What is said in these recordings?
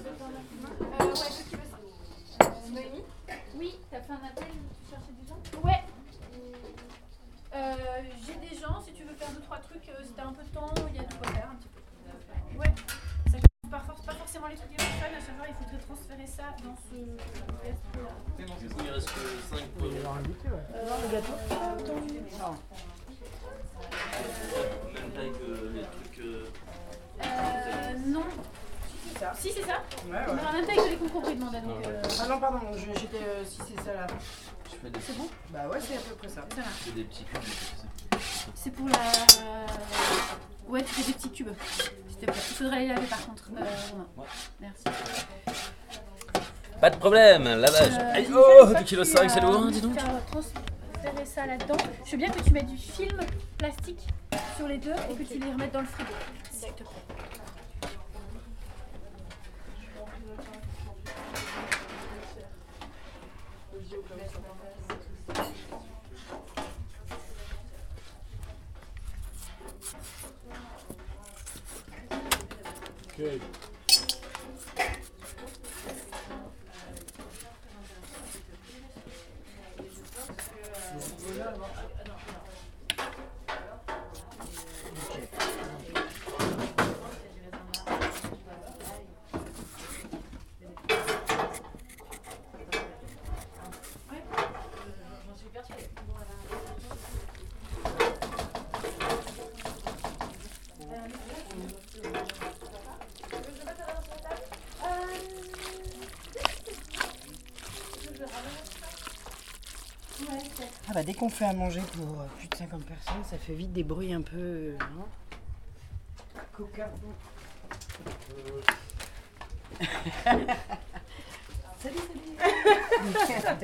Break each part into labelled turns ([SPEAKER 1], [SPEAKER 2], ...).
[SPEAKER 1] Euh, ouais, ceux qui veulent ça. Euh, Noémie
[SPEAKER 2] Oui, t'as fait un appel, tu cherchais des gens
[SPEAKER 1] Ouais.
[SPEAKER 2] Euh, J'ai des gens, si tu veux faire deux, trois trucs, euh, si t'as un peu de temps, il y a de quoi faire un petit peu. Ouais. Ça commence par force, pas forcément les trucs les plus fun, à chaque fois il faudrait transférer ça dans ce gâteau-là.
[SPEAKER 3] Du coup, il reste que 5 poivrons.
[SPEAKER 2] Euh,
[SPEAKER 3] Ah. Même taille que les trucs. euh,
[SPEAKER 2] Euh, non. Si, c'est ça. On aura même taille que les concours qui demandent, donc euh,
[SPEAKER 4] Ah non, pardon, je- j'étais. euh, si c'est ça là.
[SPEAKER 3] Je fais des,
[SPEAKER 2] c'est bon.
[SPEAKER 4] Bah ouais, c'est à peu près ça.
[SPEAKER 2] Ça marche.
[SPEAKER 3] je fais des petits cubes. c'est-
[SPEAKER 2] C'est pour la. euh, Ouais, tu fais des petits cubes. S'il te plaît. Il faudrait les laver par contre. Euh, Romain.
[SPEAKER 3] Ouais.
[SPEAKER 2] Merci.
[SPEAKER 3] Pas de problème, lavage.
[SPEAKER 2] Euh,
[SPEAKER 3] Aïe,
[SPEAKER 2] une
[SPEAKER 3] oh,
[SPEAKER 2] nouvelle
[SPEAKER 3] 2,5 kg, c'est
[SPEAKER 2] partie euh, à
[SPEAKER 3] lourd, hein, dis donc.
[SPEAKER 2] faire transférer ça là-dedans. Je veux bien que tu mettes du film plastique sur les deux et que tu les remettes dans le frigo. S'il te plaît.
[SPEAKER 4] Ah bah dès qu'on fait à manger pour euh, plus de 50 personnes, ça fait vite des bruits un peu. euh, hein. Coca. salut, salut. Je sais pas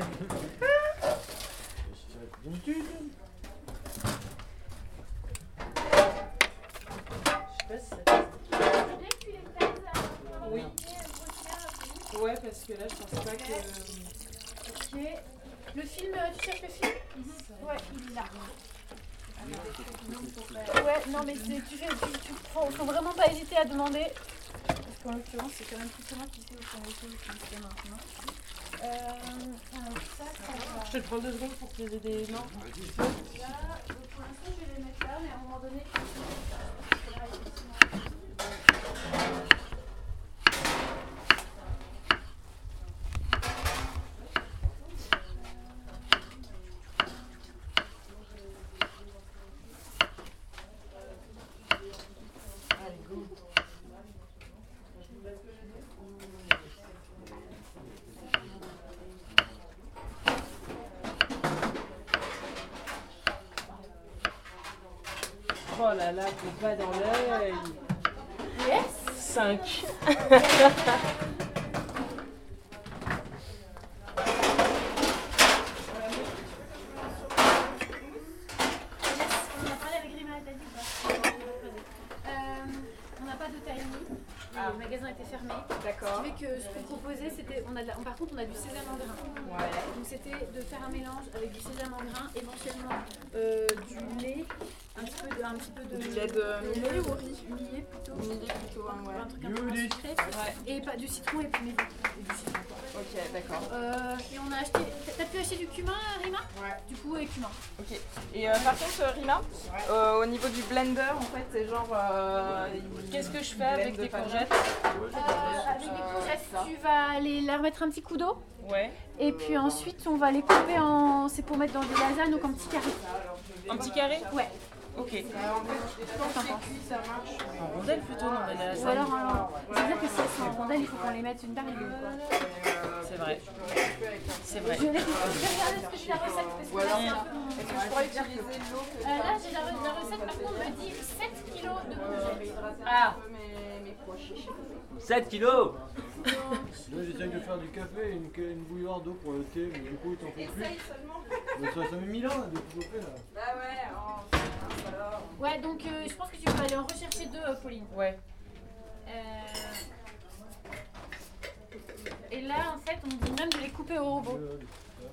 [SPEAKER 4] si ça Oui. Ouais, parce que là, je pense pas que.
[SPEAKER 2] Ok. Le film, euh, tu cherches le film Ouais, il est là.
[SPEAKER 1] Ouais, non, mais c'est- tu fais. Tu, tu- faut, faut vraiment pas hésiter à demander.
[SPEAKER 2] Parce qu'en l'occurrence, c'est quand même tout moi qui fait au fond des choses qui se fait maintenant.
[SPEAKER 1] Euh, alors, ça, ça va.
[SPEAKER 4] Je te prends deux secondes pour te les aider. Non
[SPEAKER 2] Là, donc, pour l'instant, je vais les mettre là, mais à un moment donné, il faudra effectivement-
[SPEAKER 4] Oh là là, faut pas dans l'œil.
[SPEAKER 2] Yes
[SPEAKER 4] 5.
[SPEAKER 2] On a parlé avec Rima, elle t'a dit ou pas Euh, On n'a pas de Euh, timing, le magasin était fermé.
[SPEAKER 4] D'accord.
[SPEAKER 2] Ce qui fait que ce qu'on proposait, c'était. On a de la- par contre, on a du sésame en grain. Donc c'était de faire un mélange avec du sésame en grain, éventuellement euh, du lait, un petit peu de. Un petit peu de
[SPEAKER 4] Du lait de
[SPEAKER 2] lait ou riz Millet plutôt.
[SPEAKER 4] plutôt, hein,
[SPEAKER 2] Un truc un peu moins sucré. Et pas du citron et puis mais du citron. quoi.
[SPEAKER 4] Ok, d'accord.
[SPEAKER 2] Euh, et on a acheté. T'as pu acheter du cumin, Rima
[SPEAKER 4] Ouais.
[SPEAKER 2] Du coup, et cumin.
[SPEAKER 5] Ok. Et euh, par contre, euh, Rima, euh, au niveau du blender, en fait, c'est genre. euh, il-
[SPEAKER 6] Qu'est-ce que je
[SPEAKER 5] il
[SPEAKER 6] fais avec
[SPEAKER 5] blende
[SPEAKER 6] des
[SPEAKER 5] pas mal.
[SPEAKER 6] courgettes
[SPEAKER 2] Euh, avec des courgettes, tu vas aller la remettre un petit coup d'eau.
[SPEAKER 6] Ouais.
[SPEAKER 2] Et puis ensuite, on va les couper en. C'est pour mettre dans des lasagnes, donc en petits carrés.
[SPEAKER 6] En petit carré
[SPEAKER 2] Ouais.
[SPEAKER 6] Ok.
[SPEAKER 4] ça marche.
[SPEAKER 6] En rondelle plutôt, non, mais euh, la
[SPEAKER 2] Ou
[SPEAKER 6] lasagne.
[SPEAKER 2] alors, alors c'est-à-dire que si elles sont en rondelles, il faut qu'on les mette une par une. quoi.
[SPEAKER 6] C'est vrai. C'est vrai.
[SPEAKER 2] Je vais laisser- je vais regarder ce que j'ai la recette parce que là, c'est un peu mon.
[SPEAKER 5] Est-ce que je pourrais utiliser l'eau que
[SPEAKER 2] Euh, là, j'ai la, re- la recette, par contre, me dit 7 kilos de courgettes.
[SPEAKER 6] Ah,
[SPEAKER 5] peu mes, mes pois chiches
[SPEAKER 3] 7 kilos
[SPEAKER 7] Là j'essaie de faire du café et une, ca- une bouilloire d'eau pour le thé, mais du coup t'en fais plus.
[SPEAKER 5] Essaye seulement
[SPEAKER 7] Mais ça, ça met mille ans là, de tout chauffer là.
[SPEAKER 5] Bah ouais, oh, mince, alors.
[SPEAKER 2] Ouais, donc euh, je pense que tu peux aller en rechercher deux, euh, Pauline.
[SPEAKER 6] ouais.
[SPEAKER 2] Euh, Et là, en fait, on dit même de les couper au robot.
[SPEAKER 7] Euh,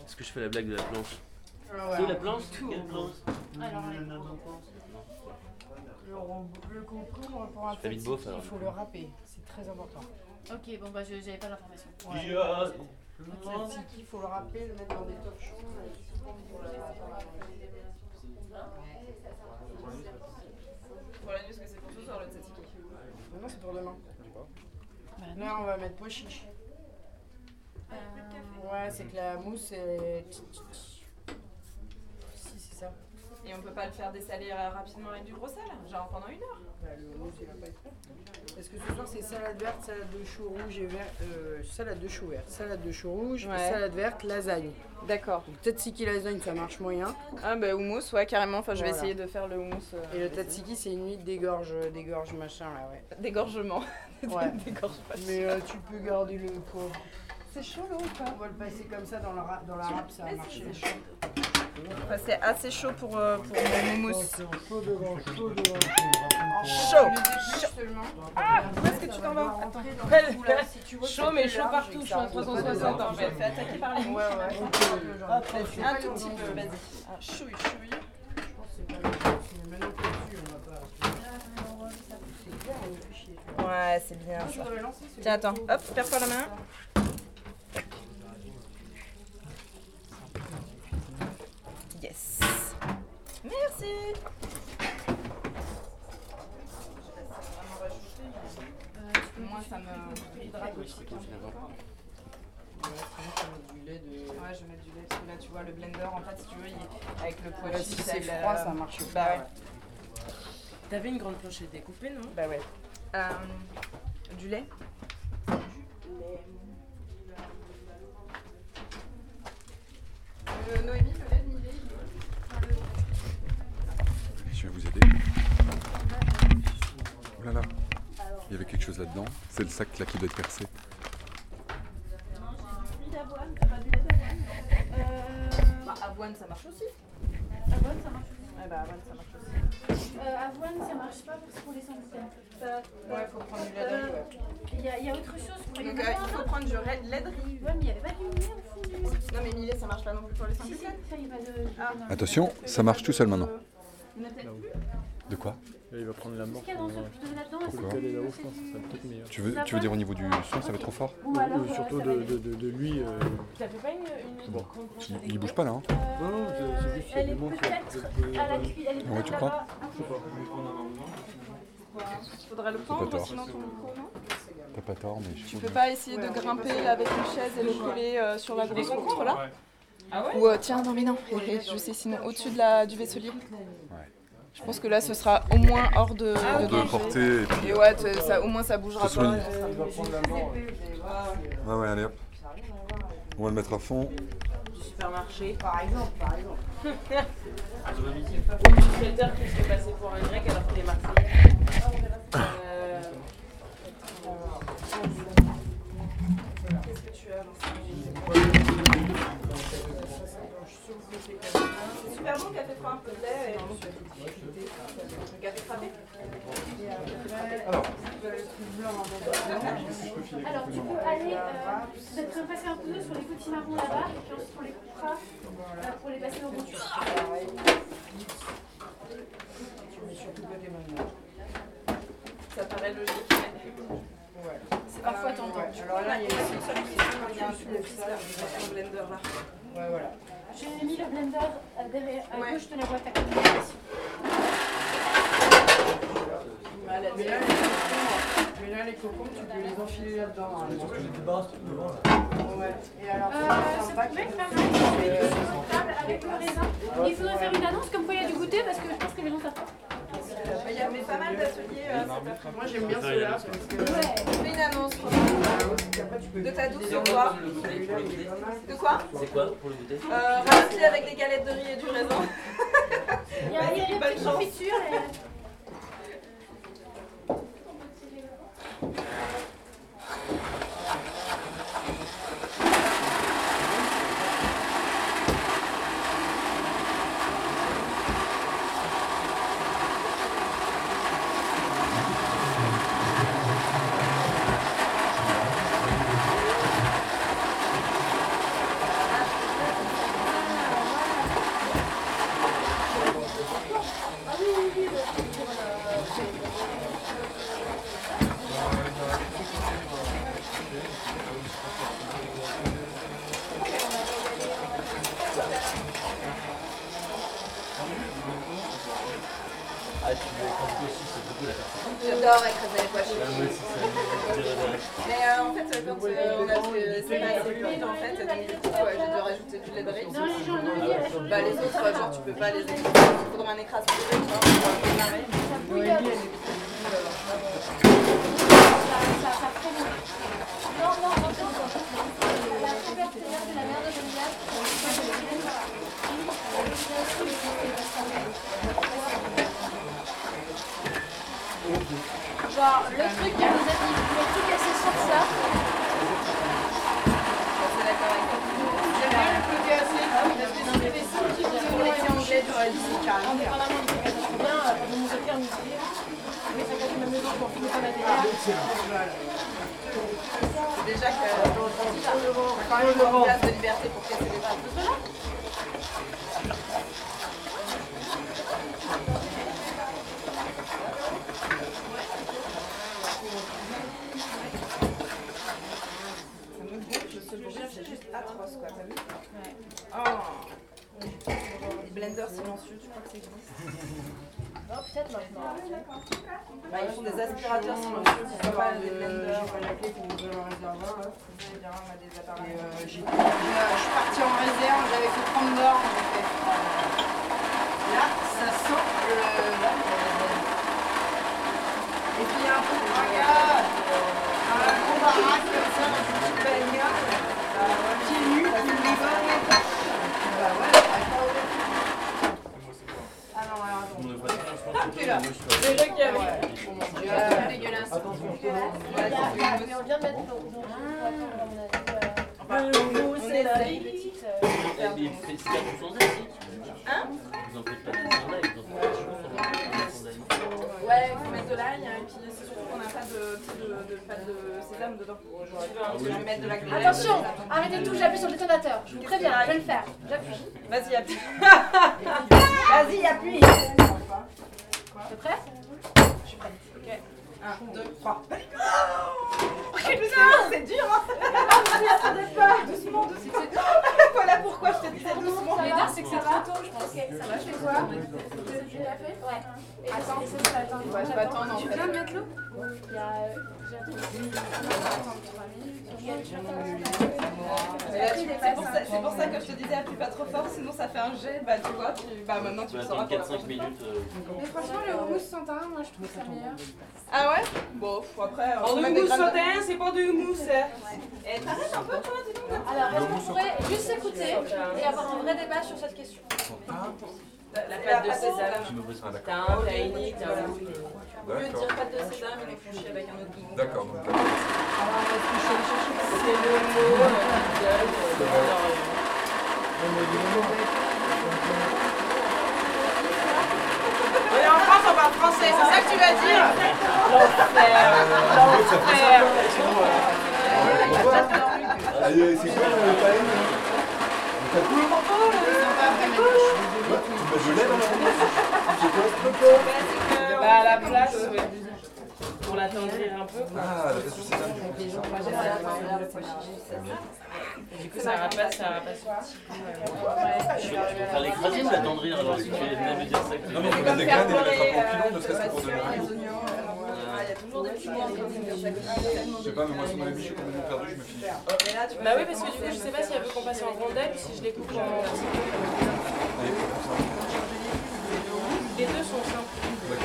[SPEAKER 3] Est-ce que je fais la blague de la planche
[SPEAKER 4] Ah ouais.
[SPEAKER 2] euh,
[SPEAKER 3] C'est la planche Quelle planche
[SPEAKER 2] Alors, allez.
[SPEAKER 7] nanana, pense.
[SPEAKER 4] le, ro- le concours pour un
[SPEAKER 3] Je fais vite
[SPEAKER 4] tzatziki,
[SPEAKER 3] beauf, alors.
[SPEAKER 4] il faut le râper. C'est très important.
[SPEAKER 2] Ok, bon bah je- j'avais pas l'information. Euh,
[SPEAKER 4] Ouais.
[SPEAKER 3] Yeah.
[SPEAKER 4] Un tzatziki, il faut le râper, le mettre dans des torchons. et il se prend pour la- pour la-
[SPEAKER 5] Pour la news que c'est pour ce soir, le tzatziki.
[SPEAKER 4] Non, non, c'est pour demain.
[SPEAKER 8] Bah non.
[SPEAKER 4] Là, on va mettre pois chiche.
[SPEAKER 2] euh,
[SPEAKER 4] Ouais, c'est que la mousse est. Si, c'est ça.
[SPEAKER 5] Et on peut pas le faire dessaler euh, rapidement avec du gros sel, genre pendant une heure.
[SPEAKER 4] Bah, le rose, il va pas être bon. Parce que ce soir, c'est salade verte, salade de chou rouge et vert. euh, salade de chou vert, salade de chou rouge,
[SPEAKER 5] Ouais.
[SPEAKER 4] salade verte, lasagne.
[SPEAKER 5] D'accord.
[SPEAKER 4] Donc, tzatziki lasagne, ça marche moyen.
[SPEAKER 5] Ah bah houmous, ouais carrément. Enfin je vais
[SPEAKER 4] Voilà.
[SPEAKER 5] essayer de faire le houmous. euh,
[SPEAKER 4] Et le tzatziki, c'est une huile d'égorge, euh, d'égorge machin là, ouais.
[SPEAKER 5] Dégorgement.
[SPEAKER 4] Ouais.
[SPEAKER 5] Dégorge pas.
[SPEAKER 4] Mais euh, tu peux garder le poivre.
[SPEAKER 5] C'est chaud l'eau ou pas
[SPEAKER 4] On va le passer comme ça dans la râpe, dans la râpe, ça va marcher.
[SPEAKER 5] Enfin, C'est assez chaud pour, euh, pour mon houmous.
[SPEAKER 7] Chaud devant, chaud devant,
[SPEAKER 5] Chaud
[SPEAKER 7] chaud.
[SPEAKER 4] Ah,
[SPEAKER 5] où est-ce que tu t'en vas
[SPEAKER 4] Attends, si tu veux,
[SPEAKER 8] Chaud,
[SPEAKER 4] ça
[SPEAKER 8] mais
[SPEAKER 4] fait
[SPEAKER 8] chaud
[SPEAKER 4] large
[SPEAKER 8] partout,
[SPEAKER 4] et que
[SPEAKER 8] je
[SPEAKER 4] ça
[SPEAKER 8] suis en
[SPEAKER 4] rentre pas
[SPEAKER 8] 360,
[SPEAKER 4] dedans.
[SPEAKER 5] en fait. Fais attaquer par les
[SPEAKER 4] Ouais,
[SPEAKER 5] mouches.
[SPEAKER 4] ouais.
[SPEAKER 7] Ah, très chaud.
[SPEAKER 5] Un tout petit peu, vas-y. Un Ah, chouille, chouille. Ouais, c'est bien ça. Tiens, attends, hop, perds pas la main. Yes. Merci. Moi, ça me hydrate aussi. Ouais, je vais mettre du lait parce que là, tu vois, le blender, en fait, si tu veux, il- avec le pois
[SPEAKER 4] Là,
[SPEAKER 5] chiche,
[SPEAKER 4] si c'est
[SPEAKER 5] elle,
[SPEAKER 4] froid,
[SPEAKER 5] euh,
[SPEAKER 4] ça marche
[SPEAKER 5] Bah
[SPEAKER 4] pas.
[SPEAKER 5] ouais.
[SPEAKER 8] T'avais une grande planchette découpée, non
[SPEAKER 5] Bah ouais. Euh, du lait Euh, Noémie, le lait de Millet, il est-
[SPEAKER 9] Je vais vous aider. Oh là là, il y avait quelque chose là-dedans. C'est le sac là qui doit être percé.
[SPEAKER 2] Riz d'avoine, pas du lait d'avoine.
[SPEAKER 5] Bah, avoine, ça marche aussi.
[SPEAKER 2] Euh, avoine, ça marche aussi.
[SPEAKER 5] Ouais, bah, avoine, ça marche aussi.
[SPEAKER 2] Euh, avoine, ça marche pas parce qu'on les sent euh,
[SPEAKER 5] Ouais, faut prendre du lait de riz, ouais.
[SPEAKER 2] Il y, a- il y a autre chose, je crois.
[SPEAKER 5] Donc,
[SPEAKER 2] y en
[SPEAKER 5] euh,
[SPEAKER 2] a pas,
[SPEAKER 5] il faut
[SPEAKER 2] non
[SPEAKER 5] prendre du lait lait de riz.
[SPEAKER 2] Ouais, mais il n'y avait pas de lumière au fond du.
[SPEAKER 5] Non, mais Millet, ça marche pas non plus pour les sans
[SPEAKER 2] Si, si, ça,
[SPEAKER 5] gluten.
[SPEAKER 2] il n'y a pas de.
[SPEAKER 5] Ah.
[SPEAKER 2] non.
[SPEAKER 9] Attention, ça marche tout seul maintenant.
[SPEAKER 5] Il y en a peut-être plus.
[SPEAKER 9] De quoi
[SPEAKER 7] Là, il va prendre la
[SPEAKER 2] Ce
[SPEAKER 7] mort.
[SPEAKER 2] qu'il y a dans ce que je te mets là-dedans, c'est
[SPEAKER 9] Pourquoi
[SPEAKER 7] Elle est
[SPEAKER 2] du-
[SPEAKER 7] là-haut, je
[SPEAKER 2] c'est
[SPEAKER 7] pense,
[SPEAKER 2] du-
[SPEAKER 7] ça va peut-être meilleur.
[SPEAKER 9] tu veux, tu veux dire au niveau du son, ça va trop fort
[SPEAKER 2] Ou alors.
[SPEAKER 7] Ou
[SPEAKER 2] euh,
[SPEAKER 7] surtout
[SPEAKER 2] ça va
[SPEAKER 7] de,
[SPEAKER 2] aller.
[SPEAKER 7] de, de, de lui. euh,
[SPEAKER 8] T'avais pas une, une
[SPEAKER 9] Bon.
[SPEAKER 8] grande planchette
[SPEAKER 9] Il,
[SPEAKER 8] découpée
[SPEAKER 9] il bouge pas là, hein
[SPEAKER 7] Non, non, c'est- c'est juste qu'il y a
[SPEAKER 2] Elle
[SPEAKER 7] des
[SPEAKER 2] est
[SPEAKER 7] manques,
[SPEAKER 2] peut-être à la cuisse. Elle est
[SPEAKER 9] Ouais,
[SPEAKER 2] peut-être
[SPEAKER 9] tu prends
[SPEAKER 2] là-bas.
[SPEAKER 5] Faudrait le
[SPEAKER 9] pas
[SPEAKER 5] prendre,
[SPEAKER 9] tort.
[SPEAKER 5] sinon ton micro, non
[SPEAKER 9] T'as pas tort, mais je
[SPEAKER 5] Tu
[SPEAKER 9] suis
[SPEAKER 5] peux pas essayer de grimper là, avec une chaise et le coller euh, sur la grosse contre là
[SPEAKER 8] Ah ouais
[SPEAKER 5] Ou euh, tiens, non mais non, hé, hé, je sais, sinon au-dessus de la, du vaisseau libre. Je pense que là ce sera au moins hors de, de
[SPEAKER 9] de
[SPEAKER 5] danger.
[SPEAKER 9] porter et puis.
[SPEAKER 5] Et ouais, te- ça, au moins ça bougera
[SPEAKER 9] Tout sur
[SPEAKER 5] pas.
[SPEAKER 9] le-
[SPEAKER 7] Il va prendre la mort.
[SPEAKER 9] Ouais, ouais, allez hop. On va le mettre à fond.
[SPEAKER 8] Supermarché.
[SPEAKER 4] Par exemple, par exemple.
[SPEAKER 8] Au newsletter qui se fait passer pour un grec alors qu'il est marseillais. Euh,
[SPEAKER 5] C'est super bon, café froid, un peu de lait et café frappé.
[SPEAKER 9] Alors,
[SPEAKER 2] Alors, tu peux aller. euh, Peut-être même passer un coup d'eau sur les petits marrons là-bas. Et puis ensuite, on les coupera euh, pour les passer dans le bon.
[SPEAKER 4] Tu mets surtout pas tes mains dedans.
[SPEAKER 5] Ça paraît logique.
[SPEAKER 4] Ouais.
[SPEAKER 5] C'est parfois tentant.
[SPEAKER 4] Ouais, alors là, il y a aussi-
[SPEAKER 5] Il y a un petit là, un blender là.
[SPEAKER 4] Ouais, voilà.
[SPEAKER 2] J'ai mis le blender euh, derrière. À
[SPEAKER 5] Ouais.
[SPEAKER 2] gauche de la boîte à communication.
[SPEAKER 4] Mais là, les cocons, mais là, les cocons, tu peux les enfiler là-dedans. hein. Ouais. Et alors,
[SPEAKER 2] Euh,
[SPEAKER 4] c'est
[SPEAKER 2] ça
[SPEAKER 4] sympa
[SPEAKER 2] pourrait être pas mal, on fait des choses sur table avec le raisin. Il faudrait faire une annonce comme quoi il y a du goûter parce que je pense que les gens savent pas.
[SPEAKER 5] Il y avait pas mal d'ateliers euh, cet après-midi.
[SPEAKER 4] que moi, j'aime bien ceux-là parce que
[SPEAKER 5] Fais une annonce
[SPEAKER 4] après, tu peux
[SPEAKER 5] de ta douce au bois.
[SPEAKER 3] Pour le goûter, pour le goûter.
[SPEAKER 5] De quoi
[SPEAKER 3] C'est quoi pour le goûter
[SPEAKER 5] euh, Ramassis avec des galettes de riz et du raisin.
[SPEAKER 2] Il y a, il y a des
[SPEAKER 5] Bonne
[SPEAKER 2] petites
[SPEAKER 5] chance.
[SPEAKER 2] confitures et- euh,
[SPEAKER 5] J'adore être Adèle Poichet. Mais euh, en fait, quand euh, on a fait c'est pas assez fluide, en fait, donc du coup, euh, j'ai dû rajouter du lait de riz.
[SPEAKER 10] Non, les gens l'ont dit, elle a changé.
[SPEAKER 5] Bah, les autres, euh, genre, tu peux pas les écraser. Il faudra un écrasement de riz, genre, pour démarrer.
[SPEAKER 2] Non, non, en fait, la première prière de la mère de Joliette, c'est de dire,
[SPEAKER 5] Genre, le truc qu'elle nous a dit, le truc qu'elle s'est sur ça. J'aime bien le côté assez connexion anglaise, j'aurais dit c'est carrément bien. Déjà que euh, une place de liberté pour casser les bases. Ce bourgeois, c'est juste atroce, quoi, t'as vu Oh Les blenders silencieux, tu crois que ça existe
[SPEAKER 2] Oh, peut-être maintenant.
[SPEAKER 5] Bah, Ils font des aspirateurs silencieux, ils font pas des blenders. Mais, euh, j'ai- j'ai- euh, Je suis partie en réserve, j'avais fait 30 d'or, j'ai fait. Là, ça sent le. là, euh, Et puis il y a un peu de braga, un gros baraque comme ça, dans une petite bagnole, euh, pieds nus, qui me dévore. Bah ouais, attends. Ah non, alors attends. Hop, t'es là.
[SPEAKER 4] Déjà qu'il y avait.
[SPEAKER 5] Oh mon dieu. Ouais,
[SPEAKER 4] dégueulasse.
[SPEAKER 5] c'est dégueulasse.
[SPEAKER 2] Ah, Mais on vient de mettre l'eau, donc on va prendre, à mon avis, euh,
[SPEAKER 5] On
[SPEAKER 2] c'est la
[SPEAKER 5] essaye.
[SPEAKER 2] petite, euh,
[SPEAKER 3] Eh, mais faites ça pour son avis. Vous en faites pas pour son avis, vous en faites pour son avis.
[SPEAKER 5] Ouais, faut mettre de l'ail, hein, et puis c'est surtout qu'on n'a pas de, de, de, pas de sésame dedans. Tu vas mettre de la glace.
[SPEAKER 2] Attention, arrêtez tout, j'appuie sur le détonateur. Je vous préviens, je vais le faire. J'appuie.
[SPEAKER 5] Vas-y, appuie. Vas-y, appuie.
[SPEAKER 2] T'es prêt
[SPEAKER 5] 1, 2, 3. C'est dur, hein Attendez pas Doucement, doucement. Voilà pourquoi je te disais doucement.
[SPEAKER 2] Ça va
[SPEAKER 4] C'est que c'est trop tôt, je pense.
[SPEAKER 2] Ça va, je vois. Tu l'as fait Ouais. Et Attends, ça, ça attend.
[SPEAKER 5] Ouais, je vais attendre, en
[SPEAKER 2] Tu
[SPEAKER 5] fait.
[SPEAKER 2] peux me mettre l'eau Il y a. euh, J'attends.
[SPEAKER 5] Mais là, tu- C'est pour, ça- c'est pour ça que je te disais appuie pas trop fort, sinon ça fait un jet. Bah tu vois, tu, bah, maintenant tu
[SPEAKER 3] Tu vas
[SPEAKER 5] le sauras
[SPEAKER 3] attendre
[SPEAKER 5] pour la
[SPEAKER 3] 4-5
[SPEAKER 5] prochaine fois.
[SPEAKER 3] minutes. euh,
[SPEAKER 4] Mais franchement, le houmous santarin, moi je trouve ça meilleur.
[SPEAKER 5] Ah ouais Bon, faut après. euh,
[SPEAKER 4] Alors,
[SPEAKER 5] on
[SPEAKER 4] le
[SPEAKER 5] met des
[SPEAKER 4] houmous
[SPEAKER 5] graines de-
[SPEAKER 4] santarin, c'est pas du houmous, hein.
[SPEAKER 5] Eh, t'arrêtes un peu, toi, dis donc. là.
[SPEAKER 2] Alors, est-ce qu'on pourrait juste s'écouter et avoir un vrai débat sur cette question
[SPEAKER 9] Ah,
[SPEAKER 4] La pâte de sésame.
[SPEAKER 3] Tu me poses pas.
[SPEAKER 4] T'as un tahini, t'as un houmous.
[SPEAKER 5] Au lieu de
[SPEAKER 9] D'accord.
[SPEAKER 5] dire pas de sésame, ils nous font chier avec un autre mot.
[SPEAKER 9] D'accord, donc
[SPEAKER 4] C'est le mot euh, qui donne, euh, genre, euh,
[SPEAKER 5] On est en France, on parle français, c'est ça que tu vas dire L'enfer, l'enfer.
[SPEAKER 9] Allez, c'est quoi euh, le palais T'as tout le Tu mets hein. du lait dans la C'est quoi ce truc là
[SPEAKER 4] Bah, à la place, ouais. Pour l'attendrir un peu.
[SPEAKER 9] Ah, la place du sésame, c'est ça.
[SPEAKER 4] Du coup, ça rapace, ça rapace.
[SPEAKER 3] Je suis- Tu vas faire l'écraser ou l'attendrir alors si tu es même dire ça que
[SPEAKER 9] Non, mais on
[SPEAKER 3] tu-
[SPEAKER 9] met des graines et on mettre un
[SPEAKER 5] euh,
[SPEAKER 9] pilon, ne
[SPEAKER 5] je
[SPEAKER 9] serait-ce que pour
[SPEAKER 5] t'assure,
[SPEAKER 9] donner
[SPEAKER 5] les
[SPEAKER 9] un goût.
[SPEAKER 5] oignons,
[SPEAKER 4] Ah,
[SPEAKER 5] euh, il y a toujours des petits mots en
[SPEAKER 9] Je sais pas, mais moi, sur mon avis, je suis complètement perdu, je me fiche.
[SPEAKER 4] Bah oui, parce que du coup, je sais pas si elle veut qu'on passe en rondelle ou si je les coupe en. Les deux sont simples.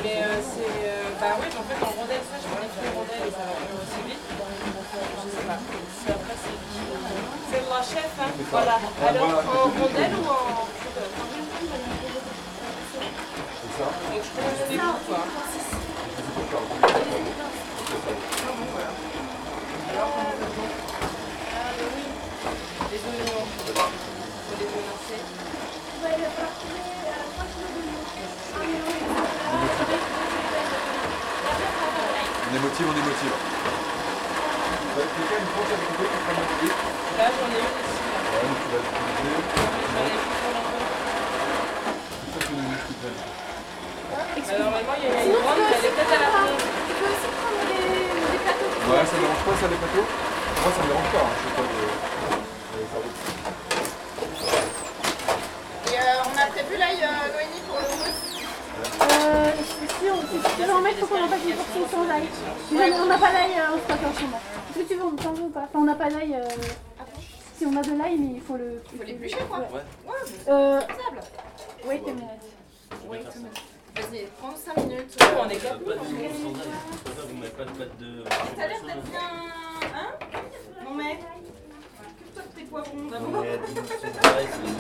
[SPEAKER 4] Mais euh, c'est. euh, bah oui, mais en fait, en rondelle, ça, je prends les rondelles et ça va plus aussi vite. Je sais pas. C'est- Après, c'est. C'est moi chef, hein. Voilà. Alors, en rondelle ou en.
[SPEAKER 9] C'est ça
[SPEAKER 4] Donc, je prends juste les bouts, quoi. Les oignons. Faut les oignons.
[SPEAKER 9] On est motive, on est motive. Ouais, Quelqu'un a une planche à couper pour prendre le papier
[SPEAKER 4] Là, j'en ai une ici. là.
[SPEAKER 9] Ouais, donc tu vas l'utiliser.
[SPEAKER 4] J'en ai une sur
[SPEAKER 9] Ça, tu nous expliques
[SPEAKER 4] la main. Bah, Normalement,
[SPEAKER 9] la vie.
[SPEAKER 4] il y en a une grande, mais elle est peut-être à
[SPEAKER 2] Ah,
[SPEAKER 4] la ronde.
[SPEAKER 9] Ouais, ça ne dérange pas, ça, les plateaux Moi, ça me dérange pas, hein, je sais pas. euh, euh, ça va.
[SPEAKER 5] Et euh, on a prévu l'ail, euh, Noémie, pour le mousse
[SPEAKER 2] Euh, ici, sûr, si tu veux en mettre, faut qu'on en fasse une portion sans l'ail. Mais On n'a pas l'ail euh, au stock en ce moment. Est-ce que tu veux, on t'en veut ou pas Enfin, on n'a pas l'ail. euh, Si on a de l'ail, mais il faut le. Il faut l'éplucher, quoi. Ouais. Euh. Wait a minute.
[SPEAKER 5] Vas-y, prends 5 minutes.
[SPEAKER 11] On est
[SPEAKER 3] Pas de sauce sans ail. Pourquoi Vous mettez pas de pâte de. euh,
[SPEAKER 5] T'as l'air d'être bien. Hein Mon mec Occupe-toi de tes poivrons.
[SPEAKER 3] Ouais, dis-nous que c'est pareil, c'est-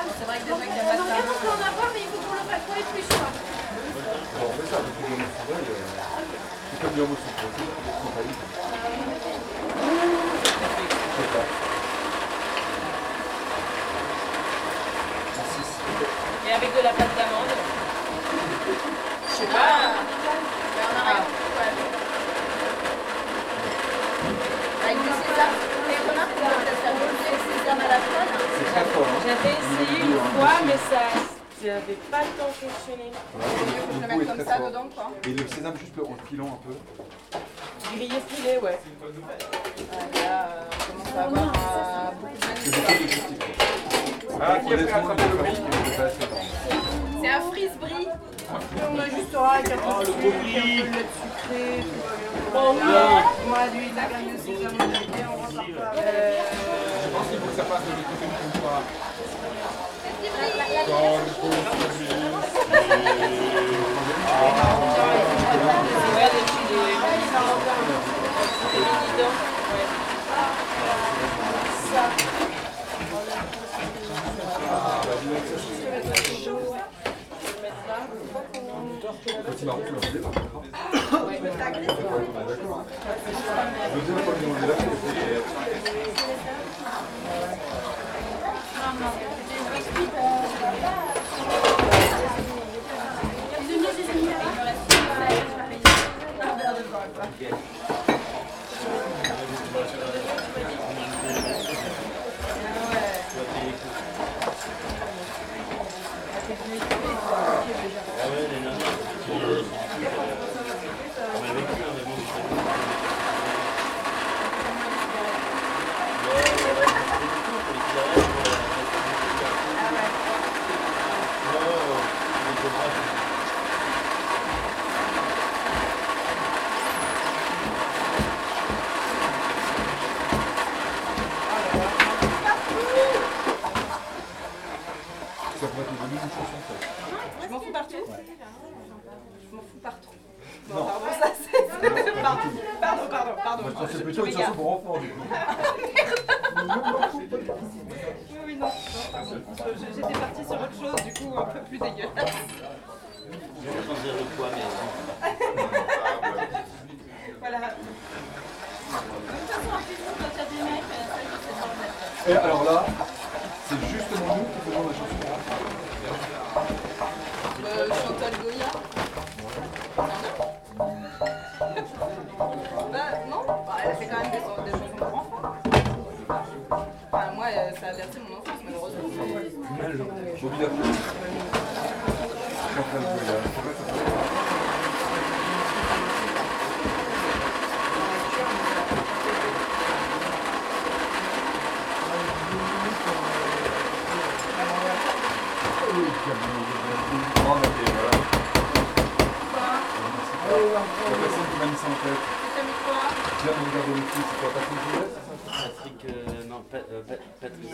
[SPEAKER 5] C'est vrai que
[SPEAKER 12] Donc,
[SPEAKER 5] déjà qu'il n'y a
[SPEAKER 12] euh,
[SPEAKER 5] pas
[SPEAKER 12] donc,
[SPEAKER 5] de
[SPEAKER 12] on peut en avoir, mais il faut qu'on le fasse pour les plus chers.
[SPEAKER 9] Alors, on fait ça, parce que dans le travail, euh, c'est comme du homo souple, c'est pas pareil. Je sais pas.
[SPEAKER 11] Et avec de la pâte d'amande. Je sais pas.
[SPEAKER 5] Ah. Avec du sésame. Les remarques, on va faire rouler le sésame à la poêle.
[SPEAKER 9] C'est très fort, hein.
[SPEAKER 11] J'avais essayé une fois, mais ça n'avait pas tant fonctionné.
[SPEAKER 5] Il faut que je le
[SPEAKER 9] Le goût est
[SPEAKER 5] mette comme
[SPEAKER 9] très
[SPEAKER 5] ça
[SPEAKER 9] fort.
[SPEAKER 5] dedans, quoi.
[SPEAKER 9] Et le sésame juste en le pilant un peu.
[SPEAKER 11] Grillé filet, ouais.
[SPEAKER 5] Et Là, euh, on commence à avoir un...
[SPEAKER 9] C'est beaucoup plus petit, quoi. Honnêtement, je pense que c'est pas assez grand.
[SPEAKER 5] C'est un frise-brie.
[SPEAKER 4] On ajustera avec un peu de sucre, un peu de lait sucré, tout va
[SPEAKER 11] Bon,
[SPEAKER 4] bien.
[SPEAKER 11] oui.
[SPEAKER 4] Moi, l'huile, la graine de sésame, on repart pas avec.
[SPEAKER 5] euh,
[SPEAKER 9] Je pense qu'il faut que ça passe de l'écoute une fois.
[SPEAKER 11] Ouais, des petits des- des mini-dents. Ouais. Ça. Je vais mettre là.
[SPEAKER 9] Petit marron, tu l'as enlevé, par contre. Ouais, on est d'accord. Deuxième fois qu'ils ont dit là, c'est-
[SPEAKER 2] euh,
[SPEAKER 9] ça pourrait être devenu une chanson, ça.
[SPEAKER 5] Je m'en fous partout. Je m'en fous partout.
[SPEAKER 9] Non.
[SPEAKER 5] Non, pardon, ça c'est... Pardon, pardon, pardon, pardon.
[SPEAKER 9] Moi, je pensais
[SPEAKER 5] Je
[SPEAKER 9] plutôt à une
[SPEAKER 5] m'égare.
[SPEAKER 9] chanson pour enfants, du coup.
[SPEAKER 5] Oui, oui, non, non, pardon. Je- J'étais partie sur autre chose, du coup, un peu plus dégueulasse.
[SPEAKER 3] Je vais changer le poids, mais.
[SPEAKER 5] Voilà.
[SPEAKER 9] Et alors là, c'est justement nous qui faisons la chanson.
[SPEAKER 5] Euh, Chantal Goya Bah non, bah, elle fait quand même des, des chansons pour enfants. Enfin, moi, euh, ça a bercé mon enfance, malheureusement.
[SPEAKER 9] Bobby Dafoe. Chantal Goya. Oui, Camille, je vais vous prendre, et voilà. La personne qui m'a mis ça en tête. Viens de regarder le film, c'est quoi, Patrick Bruel, c'est ça
[SPEAKER 3] Patrick. euh, non, Pa- euh, Pa- Patrice.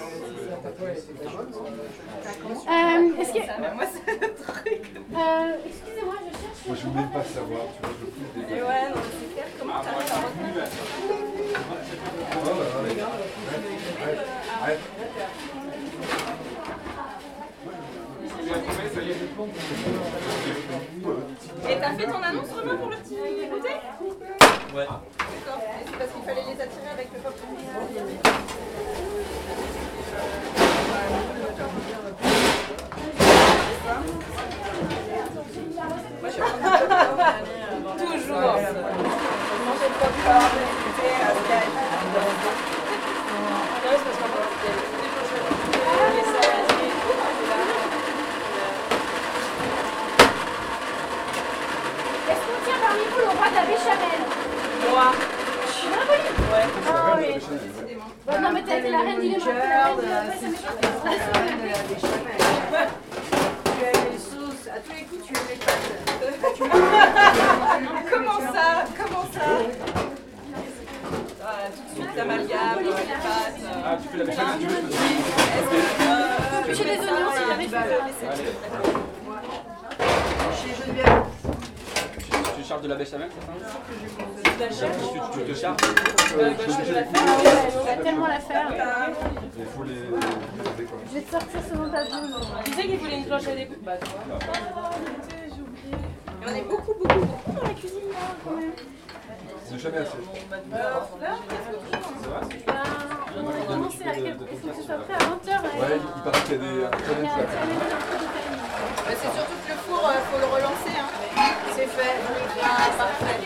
[SPEAKER 3] euh,
[SPEAKER 2] Euh, Est-ce que.
[SPEAKER 5] Bah, moi, c'est le truc.
[SPEAKER 2] Euh, Excusez-moi, je cherche.
[SPEAKER 9] Moi, je voulais pas savoir, tu vois, je pousse des
[SPEAKER 5] Et ouais, non, c'est clair. Comment
[SPEAKER 3] Ah,
[SPEAKER 5] t'arrives à retenir
[SPEAKER 9] Ouais, ouais, ouais. Ouais. Ouais.
[SPEAKER 5] Et t'as fait ton annonce, Romain, pour le petit écouté
[SPEAKER 3] Ouais.
[SPEAKER 5] D'accord. Et C'est parce qu'il fallait les attirer avec le popcorn.
[SPEAKER 11] Toujours.
[SPEAKER 5] Manger le popcorn, écouter, euh, ce qu'il y a à écouter.
[SPEAKER 11] Non, c'est parce qu'en fait, il y a des choses à
[SPEAKER 5] Ah,
[SPEAKER 11] faire. Les salades et tout, et là,
[SPEAKER 2] Est-ce qu'on tient parmi vous le roi de la béchamel
[SPEAKER 11] on a- Moi,
[SPEAKER 2] Je suis vraiment bonne.
[SPEAKER 9] La reine de la chaîne, ouais.
[SPEAKER 2] Bah, non, mais t'as été la reine du léman. La reine de la béchamel.
[SPEAKER 4] Tu as les
[SPEAKER 13] tous, à tous les coups, tu es les pattes.
[SPEAKER 6] Comment ça Comment ça Ah, Tout de suite, l'amalgame, euh, les pâtes.
[SPEAKER 9] Ah, tu fais la machine si tu veux.
[SPEAKER 6] Est-ce que.
[SPEAKER 14] J'ai les oignons, si jamais je peux faire les
[SPEAKER 9] Allez,
[SPEAKER 13] Chez Geneviève.
[SPEAKER 15] Tu charges de la béchamel, c'est ça
[SPEAKER 6] Tu la cherches
[SPEAKER 15] tu, tu te charges
[SPEAKER 6] Bah, bah, Je te la fais.
[SPEAKER 2] On va tellement la faire.
[SPEAKER 9] Il faut les. les poser, quoi.
[SPEAKER 2] Je vais te sortir selon ta blouse.
[SPEAKER 6] Tu disais qu'il voulait une planche à découpe. Bah, toi.
[SPEAKER 5] On est beaucoup, beaucoup, beaucoup dans la cuisine là quand même.
[SPEAKER 9] C'est jamais assez. C'est vrai
[SPEAKER 2] Ben, on a commencé à quel Il faut que ce soit prêt à 20h.
[SPEAKER 9] Ouais, il paraît qu'il y a des. un
[SPEAKER 2] Il y a un
[SPEAKER 9] challenge, là.
[SPEAKER 2] challenge un peu de timing.
[SPEAKER 5] Bah, c'est surtout que le four, il faut le relancer. Hein. C'est fait. Ah, parfait.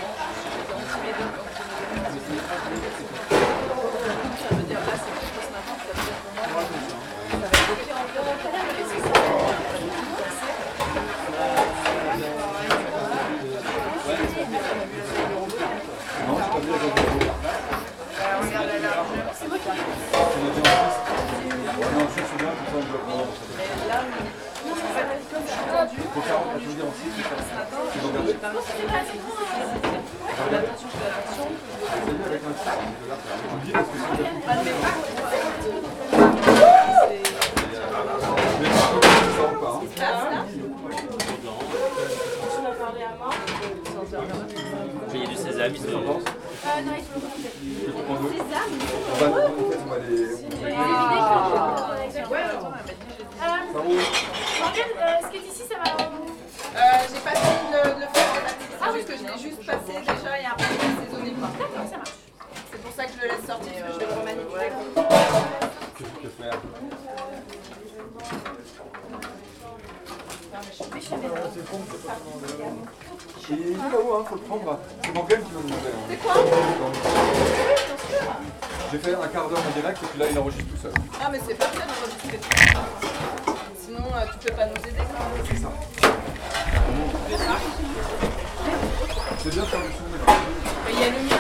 [SPEAKER 9] Non, c'est pas bien avec le vélo. On a dit en plus. Non, je suis bien, comme ça on bloque. Faut faire, je veux dire, en six, faut faire- faut regarder. Regarde. Essayez avec un six, parce que là, je vous dis, parce que si vous avez- Mais par contre, ça ou pas, hein.
[SPEAKER 3] Il y a du sésame, il se
[SPEAKER 9] T'en penses
[SPEAKER 2] Ah,
[SPEAKER 14] Euh, non, il faut le prendre.
[SPEAKER 9] Que tu prends deux On va- on va les-
[SPEAKER 14] Euh,
[SPEAKER 9] Ça roule.
[SPEAKER 14] Morgane, euh, ce qui est ici, ça va. euh,
[SPEAKER 5] Euh, j'ai pas fini de, de le faire en fait. Ah oui, que je l'ai juste passé déjà et après je l'ai assaisonné quoi.
[SPEAKER 14] Ça marche.
[SPEAKER 5] C'est pour ça que je le laisse sortir, parce que je vais le
[SPEAKER 6] Euh,
[SPEAKER 5] remanipuler.
[SPEAKER 9] Qu'est-ce que faire Et il est là-haut, hein, faut le prendre. C'est Morgane qui va nous hein. montrer. C'est quoi J'ai fait un quart d'heure en direct et puis là il enregistre tout seul.
[SPEAKER 5] Ah mais c'est parfait d'enregistrer tout Sinon euh, tu peux pas nous aider quand même.
[SPEAKER 9] C'est ça. C'est bien de faire du son, mais
[SPEAKER 5] Mais il y a le mien.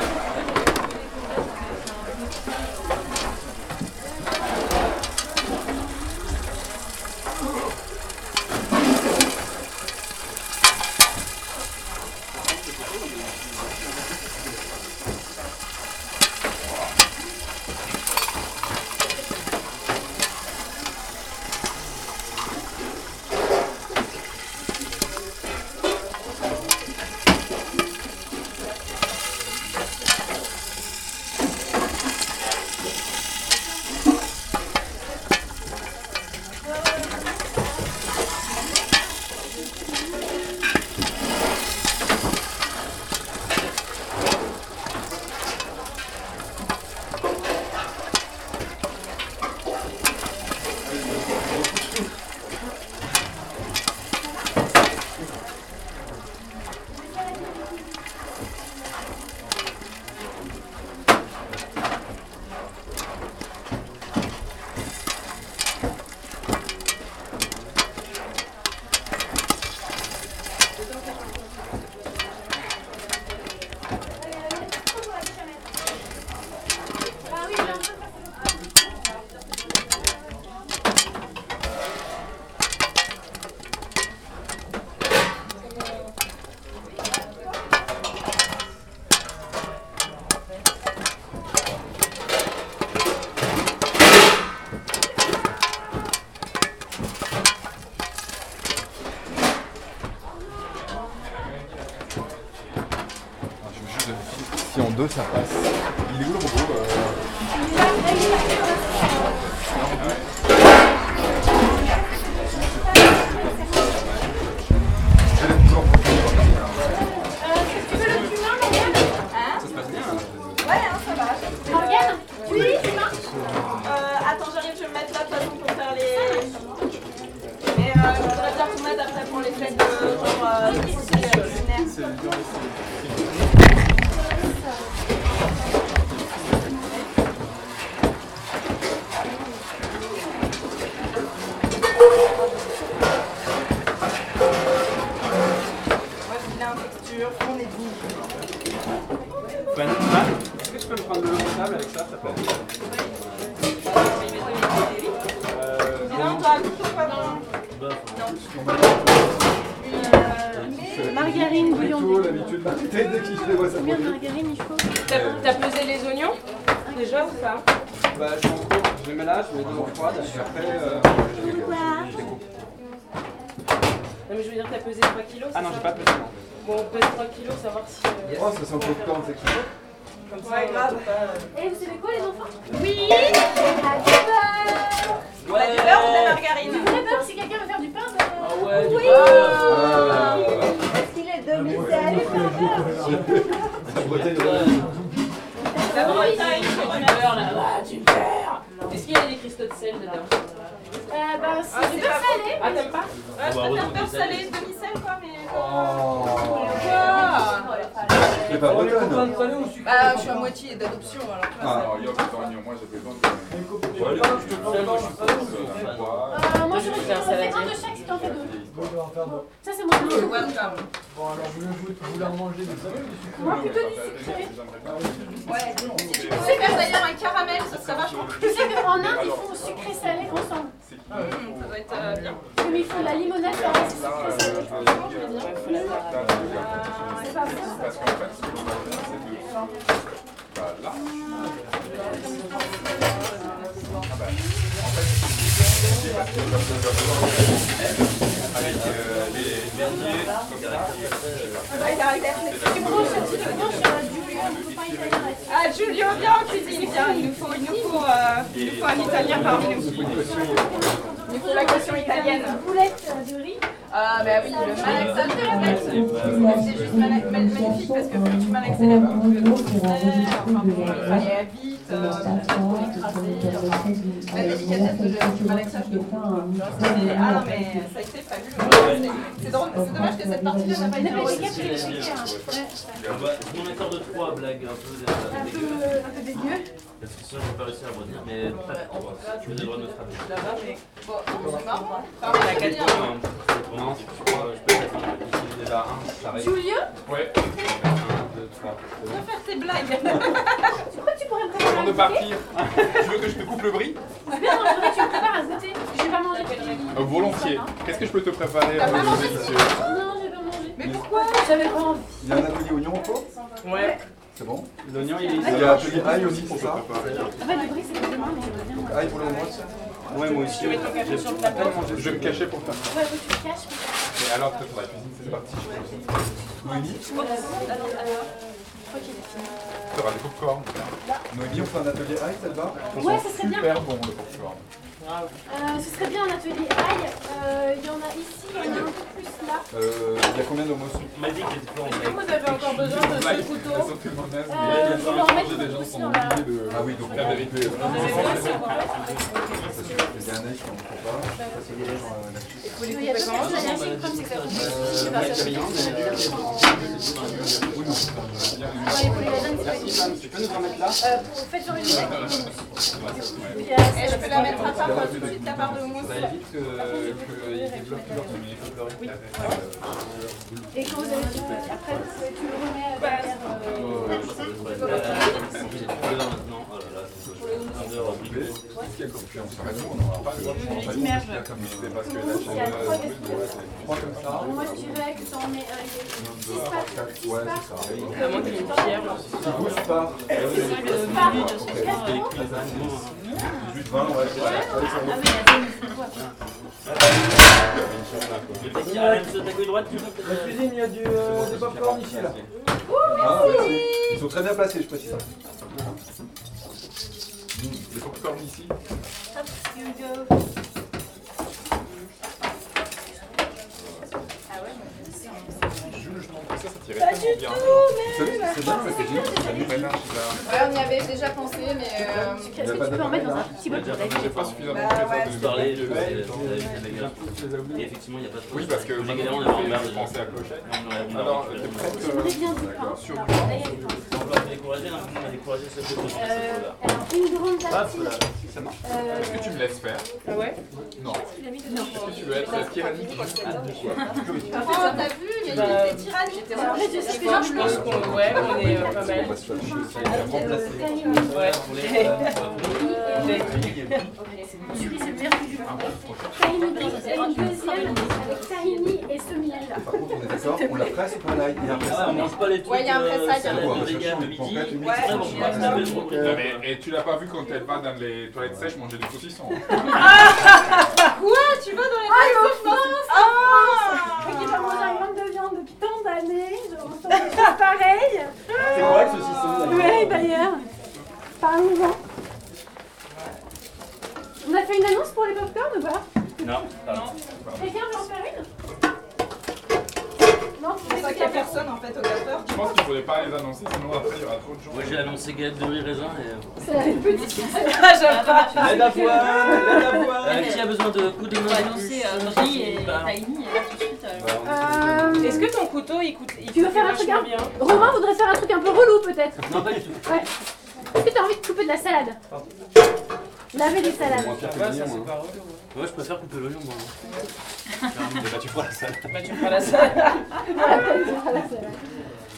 [SPEAKER 14] Ah oui, j'ai un peu faire
[SPEAKER 9] je me jure, si en deux ça passe. Il est où le robot euh Je l'ai toujours pour
[SPEAKER 14] Morgane, tu lis, tu marches
[SPEAKER 6] Euh, attends, j'arrive, je vais me mettre là de toute façon pour faire les. Mais euh, je voudrais bien qu'on m'aide après pour les fêtes de genre. Euh, c'est, euh, lunaire.
[SPEAKER 9] C'est
[SPEAKER 6] Moi, je voulais un texture.
[SPEAKER 15] Est-ce que tu peux me prendre de l'eau potable avec ça, ça peut aller. Euh,
[SPEAKER 6] Mais non, toi, plutôt pas dans.
[SPEAKER 9] Bah,
[SPEAKER 2] Margarine, bouillon
[SPEAKER 9] Plutôt l'habitude d'arrêter dès que je les vois ça
[SPEAKER 2] Combien de margarine il faut
[SPEAKER 6] T'as- T'as pesé les oignons déjà ou pas
[SPEAKER 15] Bah, je suis en cours. Je les mets là, je mets deux en froide, et après, euh, je les coupe. Je les coupe.
[SPEAKER 6] Non mais je veux dire, t'as pesé 3 kilos
[SPEAKER 15] Ah non,
[SPEAKER 6] c'est
[SPEAKER 15] j'ai
[SPEAKER 6] ça
[SPEAKER 15] pas pesé, non.
[SPEAKER 6] Bon, on pèse 3 kilos, savoir si... euh,
[SPEAKER 9] Oh, ça sent un peu de corne, c'est que
[SPEAKER 2] Ah,
[SPEAKER 6] Comme ça, on grave.
[SPEAKER 14] Et vous savez quoi, les enfants
[SPEAKER 2] Oui Happy birthday
[SPEAKER 5] Euh,
[SPEAKER 6] Ouais,
[SPEAKER 2] Bah,
[SPEAKER 6] du beurre ou de la margarine
[SPEAKER 14] Du vrai beurre, si quelqu'un veut faire du pain,
[SPEAKER 2] euh,
[SPEAKER 14] bah,
[SPEAKER 15] Ah ouais, du
[SPEAKER 2] Oui.
[SPEAKER 3] euh,
[SPEAKER 15] Euh,
[SPEAKER 2] Est-ce qu'il est
[SPEAKER 15] Ah,
[SPEAKER 2] demi
[SPEAKER 9] La Bretagne, ouais.
[SPEAKER 6] La Bretagne, c'est du beurre, là-bas.
[SPEAKER 5] Est-ce qu'il y a des cristaux de sel dedans
[SPEAKER 14] euh, bah,
[SPEAKER 6] Ah,
[SPEAKER 14] c'est
[SPEAKER 6] c'est
[SPEAKER 14] du
[SPEAKER 6] pas
[SPEAKER 14] beurre
[SPEAKER 6] bon.
[SPEAKER 14] salé.
[SPEAKER 6] Ah, t'aimes pas Ouais, je
[SPEAKER 3] On va
[SPEAKER 6] préfère
[SPEAKER 3] retrouver
[SPEAKER 6] beurre
[SPEAKER 3] ça.
[SPEAKER 6] salé, demi-sel, quoi, mais...
[SPEAKER 9] Oh,
[SPEAKER 6] Quoi
[SPEAKER 9] c'est pas bretonne.
[SPEAKER 15] salé ou sucré
[SPEAKER 5] Bah, je suis à moitié d'adoption alors. tu vois,
[SPEAKER 9] Ah,
[SPEAKER 5] ça-
[SPEAKER 9] alors, il y a encore une, moi, j'avais besoin de- Ouais, le- Ouais, ouais.
[SPEAKER 2] Euh, Moi, je
[SPEAKER 6] Je vais
[SPEAKER 2] vais
[SPEAKER 6] faire
[SPEAKER 2] en fait
[SPEAKER 6] saladier.
[SPEAKER 2] un de chaque, si t'en fais deux.
[SPEAKER 7] Bon, je vais en faire deux.
[SPEAKER 2] Ça, c'est mon
[SPEAKER 5] C'est
[SPEAKER 2] truc.
[SPEAKER 5] welcome.
[SPEAKER 7] Bon, alors, vous voulez vous la manger des salés ou des
[SPEAKER 2] Moi, plutôt du sucré.
[SPEAKER 6] Tu
[SPEAKER 5] Ouais.
[SPEAKER 6] sais faire d'ailleurs un caramel, ça serait vachement cool.
[SPEAKER 2] Tu sais qu'en Inde, ils font sucré-salé ensemble.
[SPEAKER 6] Ça doit être euh, bien.
[SPEAKER 2] Comme ils font de la limonade, ça reste sucré-salé. C'est pas vrai.
[SPEAKER 6] Ah, il arrive.
[SPEAKER 2] Tu branches un petit peu, branches euh, du du pain italien. là.
[SPEAKER 6] Ah, Giulio, viens en cuisine, viens, il nous faut, il nous faut, euh, il nous faut un italien parmi nous. Il nous faut la caution italienne.
[SPEAKER 2] Boulette euh, de riz.
[SPEAKER 5] Ah, bah oui, le malaxe internet. C'est juste mala- ma- magnifique parce que plus tu malaxais la bouche, le gros enfin bon, il fallait vite, euh, peut-être qu'on écrasait, enfin, la délicatesse de- du malaxage de peau.
[SPEAKER 6] hein.
[SPEAKER 5] Ah non, mais ça a été fabuleux. C'est- C'est drôle, c'est dommage que cette partie-là n'a pas été
[SPEAKER 2] La
[SPEAKER 5] enregistrée.
[SPEAKER 2] pêche c'est chacun. Ouais.
[SPEAKER 3] On va- on accorde trois blagues un peu euh,
[SPEAKER 2] Un peu,
[SPEAKER 3] dégueulasses.
[SPEAKER 2] un peu dégueu.
[SPEAKER 3] Parce que sinon, on va pas réussir à revenir, mais pas de problème. Tu vous avez le droit de me frapper.
[SPEAKER 5] Là-bas, mais bon, c'est marrant. Enfin,
[SPEAKER 6] La
[SPEAKER 5] c'est bien.
[SPEAKER 6] gâteau.
[SPEAKER 15] Non, je peux pas faire un. J'ai déjà un, ça arrive.
[SPEAKER 2] Julien,
[SPEAKER 15] Ouais. Un, deux, trois.
[SPEAKER 6] Faut faire tes blagues.
[SPEAKER 2] pourquoi tu pourrais me préparer
[SPEAKER 15] Avant
[SPEAKER 2] un
[SPEAKER 15] de
[SPEAKER 2] goûter
[SPEAKER 15] partir, tu veux que je te coupe le bris
[SPEAKER 2] Non, je voudrais que tu me prépares un goûter. Je vais pas manger.
[SPEAKER 9] Euh,
[SPEAKER 2] hein.
[SPEAKER 9] Volontiers. Qu'est-ce que je peux te préparer euh,
[SPEAKER 2] Non, je
[SPEAKER 9] délicieux
[SPEAKER 2] vais pas manger.
[SPEAKER 5] Mais pourquoi
[SPEAKER 2] J'avais pas envie.
[SPEAKER 9] Il y a un atelier oignon encore
[SPEAKER 6] Ouais.
[SPEAKER 9] C'est bon
[SPEAKER 15] L'oignon, il est
[SPEAKER 9] Il y a un atelier ail aussi pour ça
[SPEAKER 2] En fait, le bruit, c'est demain, mais je reviens. Ouais,
[SPEAKER 9] Ail pour le moment
[SPEAKER 15] Ouais, moi aussi.
[SPEAKER 6] Tu mets ton café sur le
[SPEAKER 15] Pas
[SPEAKER 6] plateau.
[SPEAKER 15] mangé.
[SPEAKER 9] Je vais me cacher pour faire ça.
[SPEAKER 2] Ouais, faut que tu te caches. mais-
[SPEAKER 9] Et alors, peut-être la cuisine, c'est parti. Noémie, tu auras des popcorn. Noémie, on fait un atelier ail, ça te va
[SPEAKER 2] Ouais, ça serait bien.
[SPEAKER 9] Super bon le popcorn.
[SPEAKER 2] Euh, ce serait bien un atelier ail. Euh, Il y en a ici, il y en a un peu plus là.
[SPEAKER 9] Euh, Il y a combien d'homos
[SPEAKER 3] On m'a dit que j'étais pas en
[SPEAKER 6] Est-ce que vous avez encore besoin de ce couteau
[SPEAKER 9] Sauf que moi-même,
[SPEAKER 2] Euh, je vais en mettre
[SPEAKER 9] les gens
[SPEAKER 2] aussi
[SPEAKER 9] sont
[SPEAKER 2] dans la.
[SPEAKER 9] obligés de. Ah oui, donc la vérité.
[SPEAKER 6] Vous avez bien sûr.
[SPEAKER 9] Il y a un ail qui n'en prend pas. Je sais pas si les gens, euh, là-dessus.
[SPEAKER 2] Il y a deux personnes à lâcher. Le problème, c'est que ça tombe. Je sais pas.
[SPEAKER 3] Euh,
[SPEAKER 2] Ouais, il faut les la donner, c'est pas une-
[SPEAKER 15] Tu peux nous en mettre là
[SPEAKER 2] Euh, pour- Faites sur une minute. Il y a-
[SPEAKER 6] Eh, je peux la mettre à part euh, tout de suite, à part de mousse.
[SPEAKER 15] Ça
[SPEAKER 9] Euh,
[SPEAKER 15] évite qu'il développe leur
[SPEAKER 2] Et quand vous avez fini, après, tu tu le remets à derrière. euh,
[SPEAKER 3] euh, maintenant. Oh là là, c'est chaud. Un heure au frigo.
[SPEAKER 9] Qu'est-ce qu'il y a comme cuir On s'arrête où On n'aura pas le droit de prendre pas de
[SPEAKER 6] Immerge.
[SPEAKER 9] cuir comme il fait parce que la
[SPEAKER 2] Il y a
[SPEAKER 9] chaîne,
[SPEAKER 2] trois
[SPEAKER 9] euh,
[SPEAKER 2] casquettes.
[SPEAKER 9] Trois comme ça.
[SPEAKER 2] Moi, je dirais que t'en mets euh, six par six
[SPEAKER 9] Ouais,
[SPEAKER 2] par-
[SPEAKER 9] c'est ça.
[SPEAKER 6] Ça manque une pierre.
[SPEAKER 9] Qui bouge pas.
[SPEAKER 2] par-
[SPEAKER 3] Et puis, les animaux, hein.
[SPEAKER 9] 18-20, ouais. ouais.
[SPEAKER 3] Le petit Alain, saute à gauche droite, tu vois,
[SPEAKER 7] La
[SPEAKER 3] peut-être, euh,
[SPEAKER 7] cuisine, il y a du, euh, des popcorn ici, là.
[SPEAKER 9] Ah, merci. Ils sont très bien placés, je précise. Mmh, Les popcorn ici. Jules, je t'en prie, ça, ça t'irait tellement bien. Vous savez, C'est bien, mais c'est juste que ça nous mélange, là.
[SPEAKER 5] Ouais, on y avait déjà pensé, mais. euh,
[SPEAKER 2] Est-ce que tu peux en mettre dans un petit bol pour la
[SPEAKER 9] J'ai pas suffisamment
[SPEAKER 5] Bah,
[SPEAKER 9] de
[SPEAKER 5] ouais.
[SPEAKER 9] présence de-
[SPEAKER 3] parler de- de-
[SPEAKER 9] de- de-
[SPEAKER 3] de- de-
[SPEAKER 5] bah,
[SPEAKER 3] de-
[SPEAKER 7] Je les ai oubliés.
[SPEAKER 3] Et effectivement, il n'y a pas de
[SPEAKER 9] Oui, parce que
[SPEAKER 3] J'ai galéré, on
[SPEAKER 9] maintenant, on
[SPEAKER 3] avait en merde.
[SPEAKER 9] fait penser à clochette.
[SPEAKER 3] On aurait- on aurait-
[SPEAKER 9] euh, Alors, t'es prête
[SPEAKER 2] J'aimerais bien du pain.
[SPEAKER 9] Sur
[SPEAKER 2] Alors, là, il y a du pain.
[SPEAKER 3] on aurait fait les cours croiser, hein, on va les croiser ce côté. ce
[SPEAKER 2] Euh,
[SPEAKER 3] côté-là.
[SPEAKER 2] alors, une grande
[SPEAKER 3] Hop,
[SPEAKER 2] tartine.
[SPEAKER 3] voilà.
[SPEAKER 9] Ça marche.
[SPEAKER 2] Euh,
[SPEAKER 9] Est-ce que tu me laisses faire
[SPEAKER 6] Ah ouais
[SPEAKER 9] Non.
[SPEAKER 14] Il a mis des
[SPEAKER 9] Est-ce que tu veux être tyrannique
[SPEAKER 5] Oh, t'as vu, il y a eu des tyrannies. J'étais
[SPEAKER 14] Alors, je sais que
[SPEAKER 6] Je pense qu'on Bah, ouais, on est euh,
[SPEAKER 3] Bah,
[SPEAKER 6] pas mal. Ouais.
[SPEAKER 14] Celui, c'est le meilleur que j'ai vu.
[SPEAKER 2] Tahini, et une deuxième avec tahini et semi-alga.
[SPEAKER 9] Par contre, on est d'accord, on la presse ou on la il y a un
[SPEAKER 3] Ah, on mange pas les trucs.
[SPEAKER 5] Ouais, il y a un
[SPEAKER 3] euh,
[SPEAKER 5] pressage,
[SPEAKER 3] salade
[SPEAKER 5] hein.
[SPEAKER 3] de vegan le midi.
[SPEAKER 9] Ouais,
[SPEAKER 3] Ouais, on mange pas
[SPEAKER 9] ouais.
[SPEAKER 3] les trucs.
[SPEAKER 9] Non, mais, et tu l'as pas vu quand elle va dans les toilettes sèches manger des saucissons hein.
[SPEAKER 5] tu vas dans les maillots, je pense. Ah
[SPEAKER 2] Qui va manger un gramme de viande depuis tant d'années, on se fait tous pareil.
[SPEAKER 15] C'est vrai que saucisson.
[SPEAKER 2] Oui, d'ailleurs. Parlons-en. On a fait une annonce pour les popcorn ou pas
[SPEAKER 3] Non, pardon.
[SPEAKER 2] Quelqu'un veut en faire une Non,
[SPEAKER 5] C'est ça qu'il y a personne en fait au 4h.
[SPEAKER 9] Je pense qu'il faudrait pas les annoncer, sinon après il y aura trop de gens.
[SPEAKER 3] Moi j'ai annoncé galette de riz raisin et. euh,
[SPEAKER 2] C'est la petite.
[SPEAKER 6] Ah,
[SPEAKER 5] J'aime pas.
[SPEAKER 15] La d'avoine, la d'avoine.
[SPEAKER 3] euh, qui a besoin de coups de main
[SPEAKER 13] annoncer Brie et Tiny et là tout de suite. euh,
[SPEAKER 2] Euh,
[SPEAKER 6] Est-ce que ton couteau il coûte il
[SPEAKER 2] Tu veux
[SPEAKER 6] coûte
[SPEAKER 2] faire un truc,
[SPEAKER 6] vachement
[SPEAKER 2] hein
[SPEAKER 6] bien
[SPEAKER 2] Romain voudrait faire un truc un peu relou peut-être.
[SPEAKER 3] Non, pas du tout.
[SPEAKER 2] Est-ce que t'as envie de couper de la salade Laver des salades.
[SPEAKER 15] Ah bah, ça, c'est pas relou, hein.
[SPEAKER 3] Moi je préfère couper l'oignon moi.
[SPEAKER 9] Bah, tu feras ça.
[SPEAKER 6] Bah, tu prends la salle.
[SPEAKER 2] Ah, la peine de faire la salade.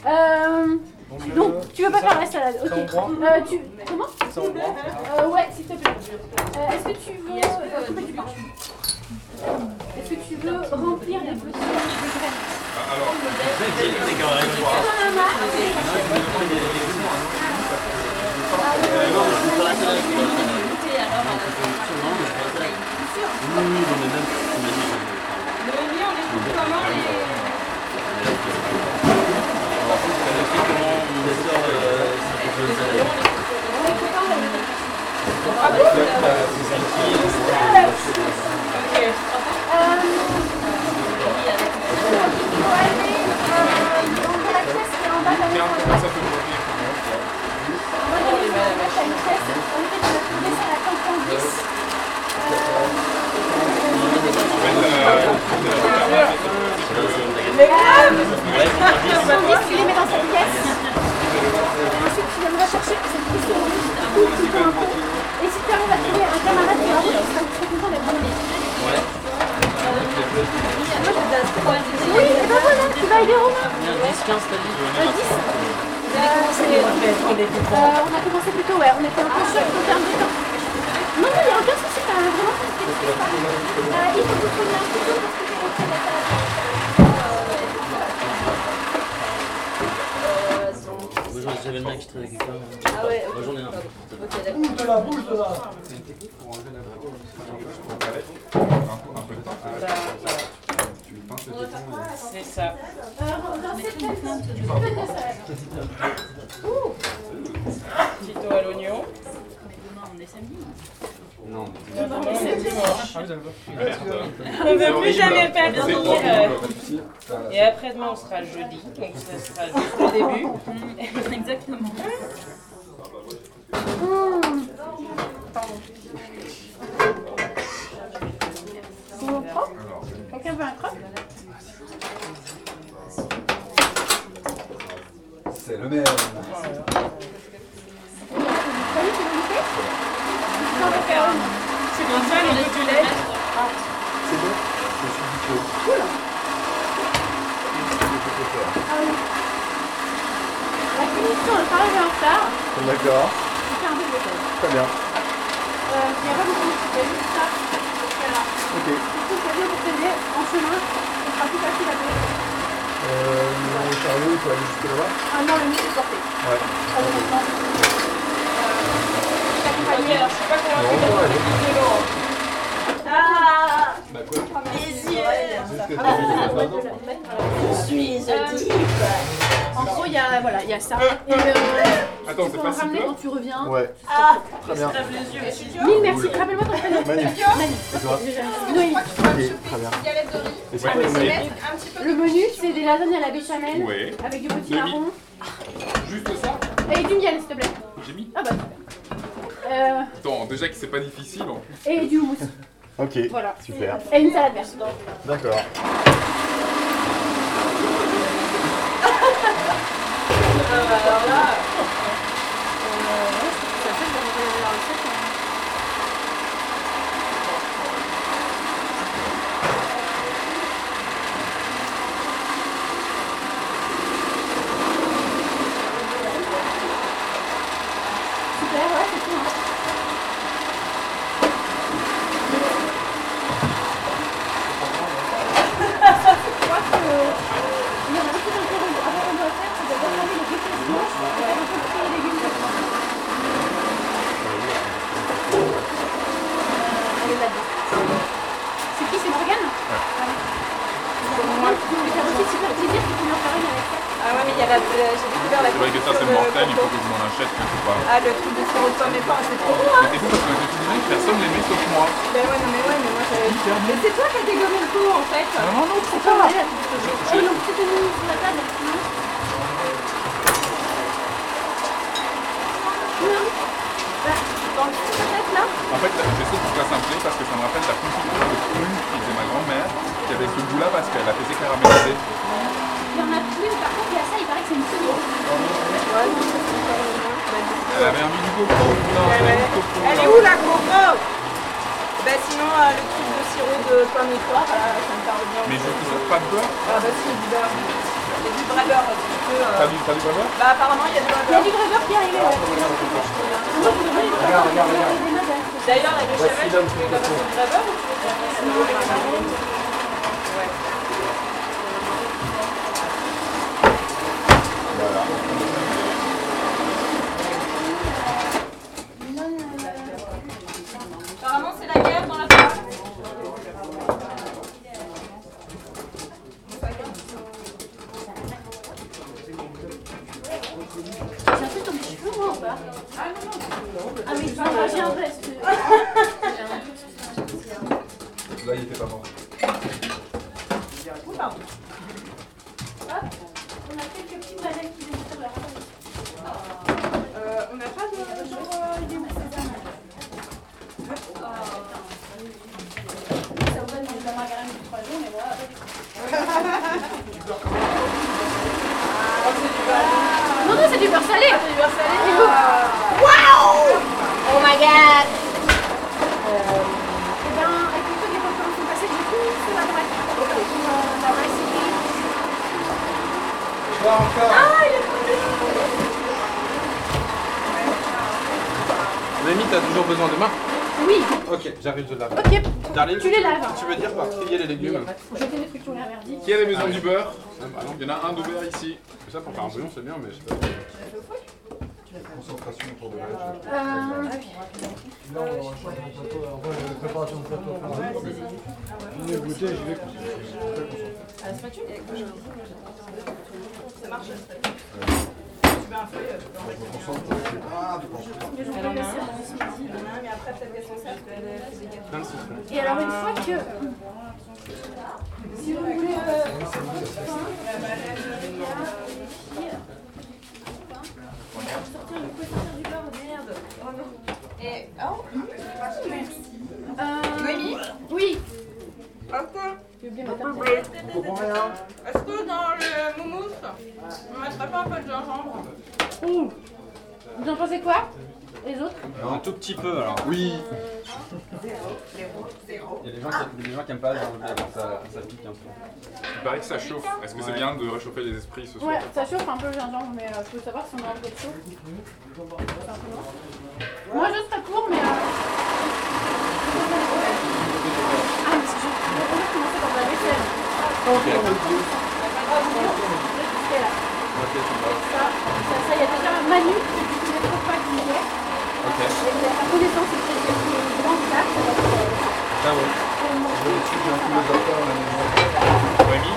[SPEAKER 2] Euh, donc, tu veux pas faire la salade Ok. Euh, tu... Comment euh, Ouais, s'il te plaît. Euh, Est-ce que tu veux euh, couper du pain Est-ce que tu veux remplir des petits de graines
[SPEAKER 3] Ah,
[SPEAKER 9] Alors,
[SPEAKER 3] C'est quand même
[SPEAKER 2] T'en as marre
[SPEAKER 3] Non, je coupe pas la salade. je coupe pas la salade. Non, mais je prends la salade. Oui, oui, non, mais même. je me dis,
[SPEAKER 5] Le menu, on les trouve comment les.
[SPEAKER 3] euh, Je sais comment on essore euh, cette chose de salade.
[SPEAKER 9] merde, comment ça peut revenir
[SPEAKER 2] Et si tu arrives à trouver un camarade qui va route, tu seras très content d'être bon. Oui, et ben voilà, tu vas aider Romain.
[SPEAKER 3] Il y a 10, 15 t'as dit
[SPEAKER 2] Euh, 10. Euh, on a commencé plus tôt, ouais. On était un peu choc en termes de temps. Non, non, il n'y a aucun souci, t'as vraiment fait ce que tu fais. Euh, Il faut que vous preniez un petit peu parce que j'ai rentré la
[SPEAKER 3] Bonjour, j'avais le mec qui traînait avec quelqu'un.
[SPEAKER 5] Ah ouais,
[SPEAKER 3] Bonjour, j'en ai un.
[SPEAKER 9] Un peu de temps, tu pinces tes tétons
[SPEAKER 6] C'est
[SPEAKER 9] et-
[SPEAKER 6] ça. Tito à l'oignon.
[SPEAKER 15] Non.
[SPEAKER 5] hein
[SPEAKER 6] On ne plus jamais
[SPEAKER 9] C'est
[SPEAKER 6] faire
[SPEAKER 9] horrible,
[SPEAKER 6] tourner.
[SPEAKER 9] euh, ici. Voilà,
[SPEAKER 6] Et après-demain, on sera jeudi, donc ça sera juste le début.
[SPEAKER 13] Exactement.
[SPEAKER 9] alors,
[SPEAKER 2] Quelqu'un veut un croc
[SPEAKER 9] C'est le même.
[SPEAKER 2] Salut, tu veux goûter Non, on va faire une.
[SPEAKER 6] C'est comme ça, les deux collègues.
[SPEAKER 9] C'est bon Je suis diplômé.
[SPEAKER 2] Ah oui. La commission est pas arrivée en retard.
[SPEAKER 9] D'accord,
[SPEAKER 2] C'était un peu de bêtise.
[SPEAKER 9] très bien.
[SPEAKER 2] Euh, Il n'y a pas beaucoup de choses. juste ça. Voilà.
[SPEAKER 9] Ok.
[SPEAKER 2] Du coup, c'est bien pour t'aider en chemin. Ce sera plus facile à faire.
[SPEAKER 9] Euh, mon chariot, il faut aller jusque là-bas
[SPEAKER 2] Ah non, le mieux c'est de porter.
[SPEAKER 9] Ouais.
[SPEAKER 2] Ah, honnêtement. Euh, t'accompagner, alors,
[SPEAKER 6] Je suis pas
[SPEAKER 9] Non,
[SPEAKER 6] convaincue
[SPEAKER 9] on va aller.
[SPEAKER 6] de
[SPEAKER 5] Ah
[SPEAKER 9] Bah quoi
[SPEAKER 5] Les yeux
[SPEAKER 2] En gros, il y a voilà, il y a ça. Et euh,
[SPEAKER 9] Attends,
[SPEAKER 2] tu
[SPEAKER 9] c'est
[SPEAKER 2] peux en
[SPEAKER 9] pas si
[SPEAKER 2] ramener quand
[SPEAKER 9] plat
[SPEAKER 2] tu reviens.
[SPEAKER 9] Ouais,
[SPEAKER 5] Ah
[SPEAKER 9] très bien.
[SPEAKER 6] les yeux aussi.
[SPEAKER 2] Mille merci. Rappelle-moi ton prénom.
[SPEAKER 9] Manu.
[SPEAKER 2] Manu.
[SPEAKER 9] Et toi
[SPEAKER 2] Oui.
[SPEAKER 9] très bien.
[SPEAKER 5] Galette de riz,
[SPEAKER 9] Et c'est quoi le menu
[SPEAKER 5] un petit peu
[SPEAKER 2] Le menu, c'est des lasagnes à la béchamel
[SPEAKER 9] Ouais.
[SPEAKER 2] avec du petit marron
[SPEAKER 9] Juste ça
[SPEAKER 2] et du miel, s'il te plaît.
[SPEAKER 9] J'ai mis.
[SPEAKER 2] Ah bah super. Euh,
[SPEAKER 9] Attends, déjà que c'est pas difficile hein. en plus.
[SPEAKER 2] et du mousse.
[SPEAKER 9] Ok,
[SPEAKER 2] Voilà.
[SPEAKER 9] super.
[SPEAKER 2] Et une salade verte.
[SPEAKER 9] D'accord.
[SPEAKER 5] de- Alors là,
[SPEAKER 6] Ah euh,
[SPEAKER 5] la
[SPEAKER 16] C'est vrai que ça,
[SPEAKER 5] confiture de
[SPEAKER 16] c'est mortel, il faut
[SPEAKER 5] coco.
[SPEAKER 16] que je m'en achète quelque part.
[SPEAKER 5] Ah, le truc de sirop de pomme et pain, c'est trop bon, hein
[SPEAKER 16] C'est fou parce que je te disais que personne l'aimait sauf moi.
[SPEAKER 5] Ben ouais, non, mais ouais, mais moi j'avais. Mais c'est toi qui as dégommé le pot en fait
[SPEAKER 16] Non, non,
[SPEAKER 2] c'est pas vrai.
[SPEAKER 5] Je-
[SPEAKER 2] Et donc, tu t'es mis sur la table, non Non Bah,
[SPEAKER 5] Dans le fond, peut-être, là
[SPEAKER 16] En fait, j'essaie de vous la sampler parce que ça me rappelle la confiture de prune qui faisait ma grand-mère, qui avait ce goût-là parce qu'elle la faisait caraméliser.
[SPEAKER 2] Il y en a plus, par contre, il y a ça, il paraît que c'est une seconde.
[SPEAKER 16] Elle avait un mini coco. Non,
[SPEAKER 5] Ouais, ouais. Elle est où la coco Bah sinon, euh, le truc de sirop de pomme et poire, voilà, ça me parle bien.
[SPEAKER 16] Mais je ne sais pas de beurre.
[SPEAKER 5] Ah bah si, du beurre. Il y a du vrai beurre, si tu peux. euh.
[SPEAKER 16] T'as du, t'as du vrai beurre
[SPEAKER 5] Bah apparemment, il y a du vrai beurre. Il y a du vrai beurre qui est arrivé, ouais.
[SPEAKER 16] Regarde, regarde, regarde.
[SPEAKER 5] D'ailleurs, la béchamel, tu veux comme c'est du vrai beurre ou tu veux faire sinon avec un marron Ouais. Apparemment, c'est la guerre dans la famille.
[SPEAKER 2] J'ai un peu ton petit cheveu, moi, ou pas Ah non, non. Ah oui, bah, moi, j'ai un reste.
[SPEAKER 9] Là, il était pas mort.
[SPEAKER 2] Hop, on a quelques petits balais qui viennent sur la table.
[SPEAKER 5] Euh, on n'a pas de genre euh, il est où
[SPEAKER 2] Ah. Ça vous donne de la margarine depuis trois jours, mais voilà. Ah. Non, non, c'est du beurre salé.
[SPEAKER 5] Ah, c'est du beurre salé.
[SPEAKER 2] Waouh Oh my god Eh ben, écoute, les repas sont passés du coup sur la droite. Sur, euh, la recipe. Ah, il est trop
[SPEAKER 15] Mamie, t'as toujours besoin de main
[SPEAKER 2] Oui.
[SPEAKER 15] Ok, j'arrive, je lave.
[SPEAKER 2] Ok,
[SPEAKER 15] Darling,
[SPEAKER 2] Tu les laves.
[SPEAKER 15] Tu veux dire par trier les légumes
[SPEAKER 2] beau. Jeter des trucs sur la merdie.
[SPEAKER 16] Qui a la maison du beurre Il y en a un d'ouvert ici. Ça, pour faire un bouillon, c'est bien, mais je sais pas.
[SPEAKER 9] Concentration autour de l'âge.
[SPEAKER 2] Euh,
[SPEAKER 7] Là, on va avoir un plateau, on va avoir une préparation de plateau à faire. Je vais goûter, je vais goûter.
[SPEAKER 5] Ça marche, ça serait
[SPEAKER 9] Je me concentre pour les Ah, du concentre.
[SPEAKER 5] bien, mais après, peut-être qu'elle s'en sert, parce qu'elle fait des gâteaux.
[SPEAKER 2] Et alors, une fois que. Si vous voulez. euh,
[SPEAKER 5] Et, oh, merci.
[SPEAKER 2] euh,
[SPEAKER 5] Noémie
[SPEAKER 2] Oui.
[SPEAKER 5] Pourquoi
[SPEAKER 2] J'ai oublié ma tarte.
[SPEAKER 5] Est-ce que dans le moumouf, on mettrait pas un peu de gingembre
[SPEAKER 2] Ouh. Vous en pensez quoi Les autres
[SPEAKER 15] Un tout petit peu alors. Oui Il y a des gens qui- des gens qui aiment pas, genre, ça, ça pique un peu.
[SPEAKER 16] Il paraît que ça chauffe. Est-ce que c'est
[SPEAKER 15] Ouais.
[SPEAKER 16] bien de réchauffer les esprits ce soir
[SPEAKER 2] Ouais, ça chauffe un peu le gingembre, mais euh, faut savoir si on a envie d'être chaud. Simplement. Moi, je serais pour, mais. euh, Ah, mais c'est juste. On va commencer par la vaisselle. C'est là. Ça, ça, ça, il y a déjà Manu, qui ne trouve pas qui est.
[SPEAKER 16] Ok.
[SPEAKER 2] Et il a- à connaissance, c'est quelqu'un qui est grand classe.
[SPEAKER 16] Ça, ouais. Rémi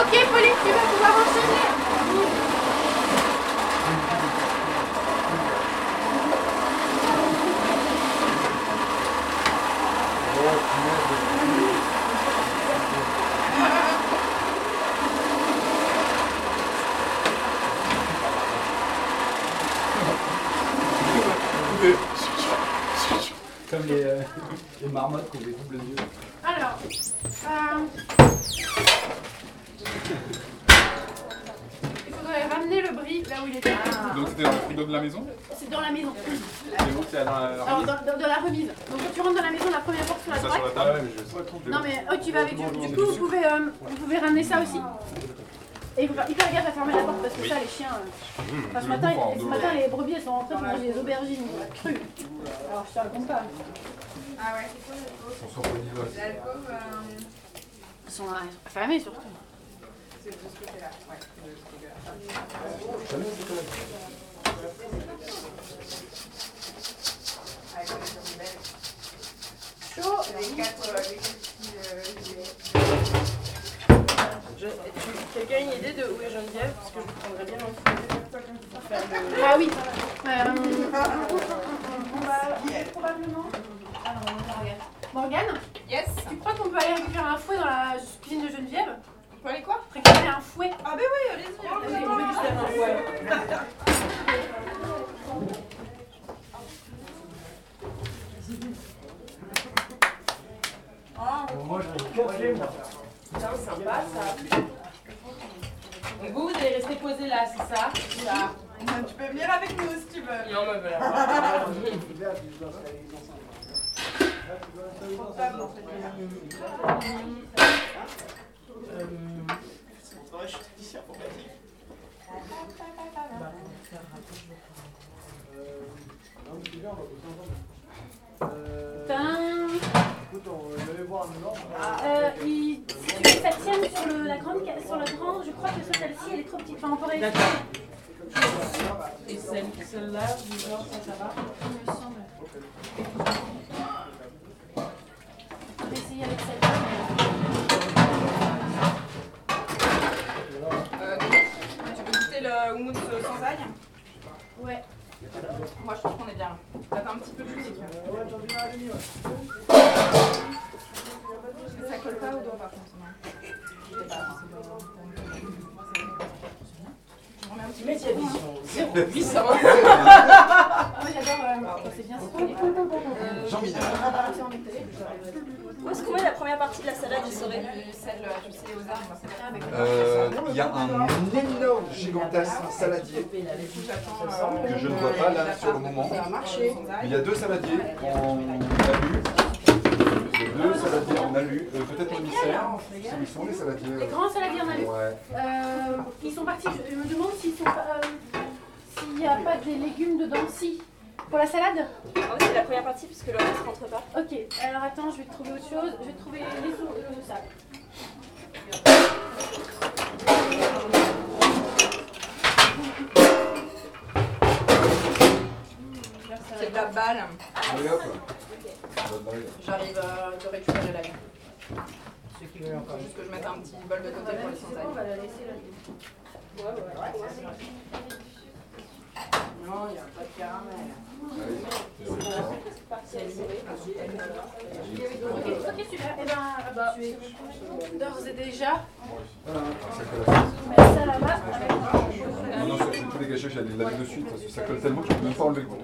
[SPEAKER 2] Ok, Pauline, tu vas pouvoir enchaîner.
[SPEAKER 15] Comme les, euh, les marmottes qui ont des doubles yeux.
[SPEAKER 2] Alors, euh, il faudrait ramener le bris là où il était.
[SPEAKER 16] Donc c'était dans le frigo de la maison
[SPEAKER 2] C'est dans la maison.
[SPEAKER 16] C'est vous qui allez dans la
[SPEAKER 2] Alors,
[SPEAKER 16] remise
[SPEAKER 2] dans, dans- dans la remise. Donc, quand tu rentres dans la maison, la première porte sur la
[SPEAKER 16] Ça sur la
[SPEAKER 2] droite.
[SPEAKER 16] table, mais je sais
[SPEAKER 2] Non, mais oh, tu vas avec du. Du coup, vous pouvez, euh, vous pouvez ramener ça aussi. Et il faut faire hyper gaffe à fermer la porte parce que ça, les chiens. euh, enfin, ce matin, ce matin, les brebis, elles sont rentrées pour manger des aubergines crues. Alors, je te raconte pas.
[SPEAKER 5] Ah ouais, c'est quoi l'alcôve
[SPEAKER 9] On s'en fout du vol.
[SPEAKER 5] L'alcôve, euh,
[SPEAKER 2] Elles sont elles sont fermées surtout.
[SPEAKER 5] c'est de ce côté-là. Ouais, c'est de ce côté-là. Avec les
[SPEAKER 2] Chaud
[SPEAKER 5] Les quatre, euh, les quatre petits, euh, gilets.
[SPEAKER 6] Je- tu- Quelqu'un a une idée de où est Geneviève Parce que je prendrais bien l'enfant.
[SPEAKER 2] Ah oui. on va probablement. Alors, Morgane. Morgane
[SPEAKER 5] Yes
[SPEAKER 2] Tu crois qu'on peut aller récupérer un fouet dans la cuisine de Geneviève
[SPEAKER 5] On peut aller quoi
[SPEAKER 2] Récupérer un fouet
[SPEAKER 5] Ah ben oui, allez-y
[SPEAKER 2] Allez, on va juste faire un
[SPEAKER 7] Moi, j'ai un café, moi.
[SPEAKER 6] Putain, sympa ça. Donc vous, vous allez rester posé là, c'est ça Là.
[SPEAKER 5] Tu peux venir avec nous si tu veux.
[SPEAKER 6] Non, mais voilà.
[SPEAKER 7] Ah,
[SPEAKER 2] Tin.
[SPEAKER 7] Euh, Écoute, on va aller voir un
[SPEAKER 2] Euh, il- si tu veux que ça tienne sur le- la grande, ca- sur la grande, je crois que ce- celle-ci elle est trop petite. Enfin, on pourrait.
[SPEAKER 6] D'accord. Et celle- celle-là, du genre, ça, ça va
[SPEAKER 2] On peut essayer avec celle-là.
[SPEAKER 5] Euh, tu peux goûter le houmous sans ail
[SPEAKER 2] mais- Ouais.
[SPEAKER 5] Moi je trouve qu'on est bien là. Ça fait un petit peu plus piquant. Ça colle pas au doigt par contre. non. Je sais pas, c'est pas- Je remets un petit peu.
[SPEAKER 6] Mais il y a des gens 0800.
[SPEAKER 2] Moi j'adore euh, quand c'est bien sauté.
[SPEAKER 9] Jean Minard.
[SPEAKER 17] Où est-ce qu'on met la première partie de la salade du saurais
[SPEAKER 5] Celle, euh, tu sais, aux arbres, c'est bien avec
[SPEAKER 9] Euh, Il y a un énorme gigantesque saladier
[SPEAKER 5] euh,
[SPEAKER 9] que je ne vois pas là sur le moment. Il y a deux saladiers en alu. Il y a deux saladiers en alu, euh, peut-être en mixeur. Où ils sont les saladiers euh,
[SPEAKER 2] Les grands saladiers en alu.
[SPEAKER 9] Ouais.
[SPEAKER 2] Euh, ils sont partis. Je, je me demande s'ils sont pas, euh, s'il n'y a pas des légumes dedans. Si. Pour la salade
[SPEAKER 17] Ah oui, c'est la première partie puisque le reste rentre pas.
[SPEAKER 2] Ok. Alors attends, je vais te trouver autre chose. Je vais te trouver les sous euh, ça.
[SPEAKER 17] Euh,
[SPEAKER 5] C'est de la balle.
[SPEAKER 9] Allez hop. Bonne balle.
[SPEAKER 5] J'arrive à te récupérer la vie.
[SPEAKER 4] Ceux qui veulent encore.
[SPEAKER 5] Juste que je mette un petit bol de côté pour le sans ail.
[SPEAKER 2] la laisser là.
[SPEAKER 6] Non, il n'y a pas de caramel.
[SPEAKER 2] Ok, ok, super. Eh ben, ah bah, d'ores et déjà,
[SPEAKER 9] Ça colle à ça.
[SPEAKER 2] on met ça là-bas.
[SPEAKER 9] Non, non, ça, je vais tout dégager, j'allais le laver de suite parce que ça colle tellement que je peux même pas enlever le goût.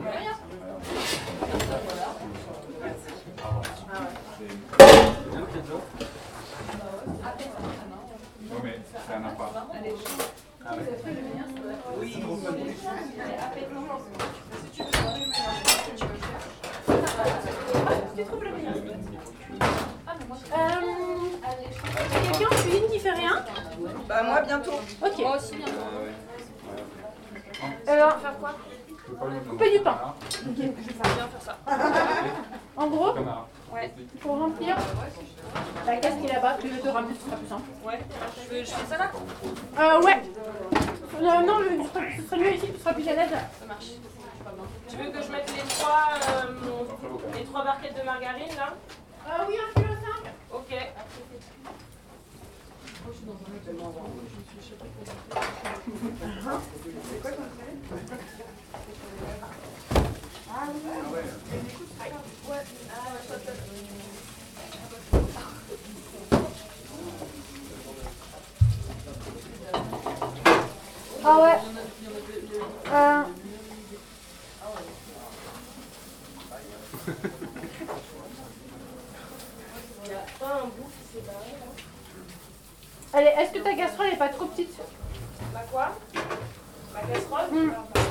[SPEAKER 16] Ouais, mais c'est un appart.
[SPEAKER 2] Euh, Quelqu'un en cuisine qui fait rien
[SPEAKER 5] Bah moi bientôt.
[SPEAKER 2] Ok.
[SPEAKER 17] Moi aussi, bientôt.
[SPEAKER 2] Alors, faire quoi
[SPEAKER 16] Je peux pas le
[SPEAKER 2] Couper du pain.
[SPEAKER 17] Ça bien faire ça.
[SPEAKER 2] En gros,
[SPEAKER 16] Connard.
[SPEAKER 17] Ouais.
[SPEAKER 2] pour remplir la caisse qui est là-bas, que je te ramène, ce sera plus simple.
[SPEAKER 17] Ouais. Je, veux- je fais ça là
[SPEAKER 2] Euh, ouais. Euh, non, le- ce sera- ce serait mieux ici, tu seras plus à l'aise.
[SPEAKER 6] Ça marche. Tu veux que je mette les trois, euh, les trois barquettes de margarine là
[SPEAKER 2] Euh, oui, un kilo cinq.
[SPEAKER 6] Ok.
[SPEAKER 2] Ah ouais. Euh, allez, est-ce que ta casserole n'est pas trop petite
[SPEAKER 6] Bah quoi Ma casserole
[SPEAKER 2] Hmm.
[SPEAKER 6] Bah,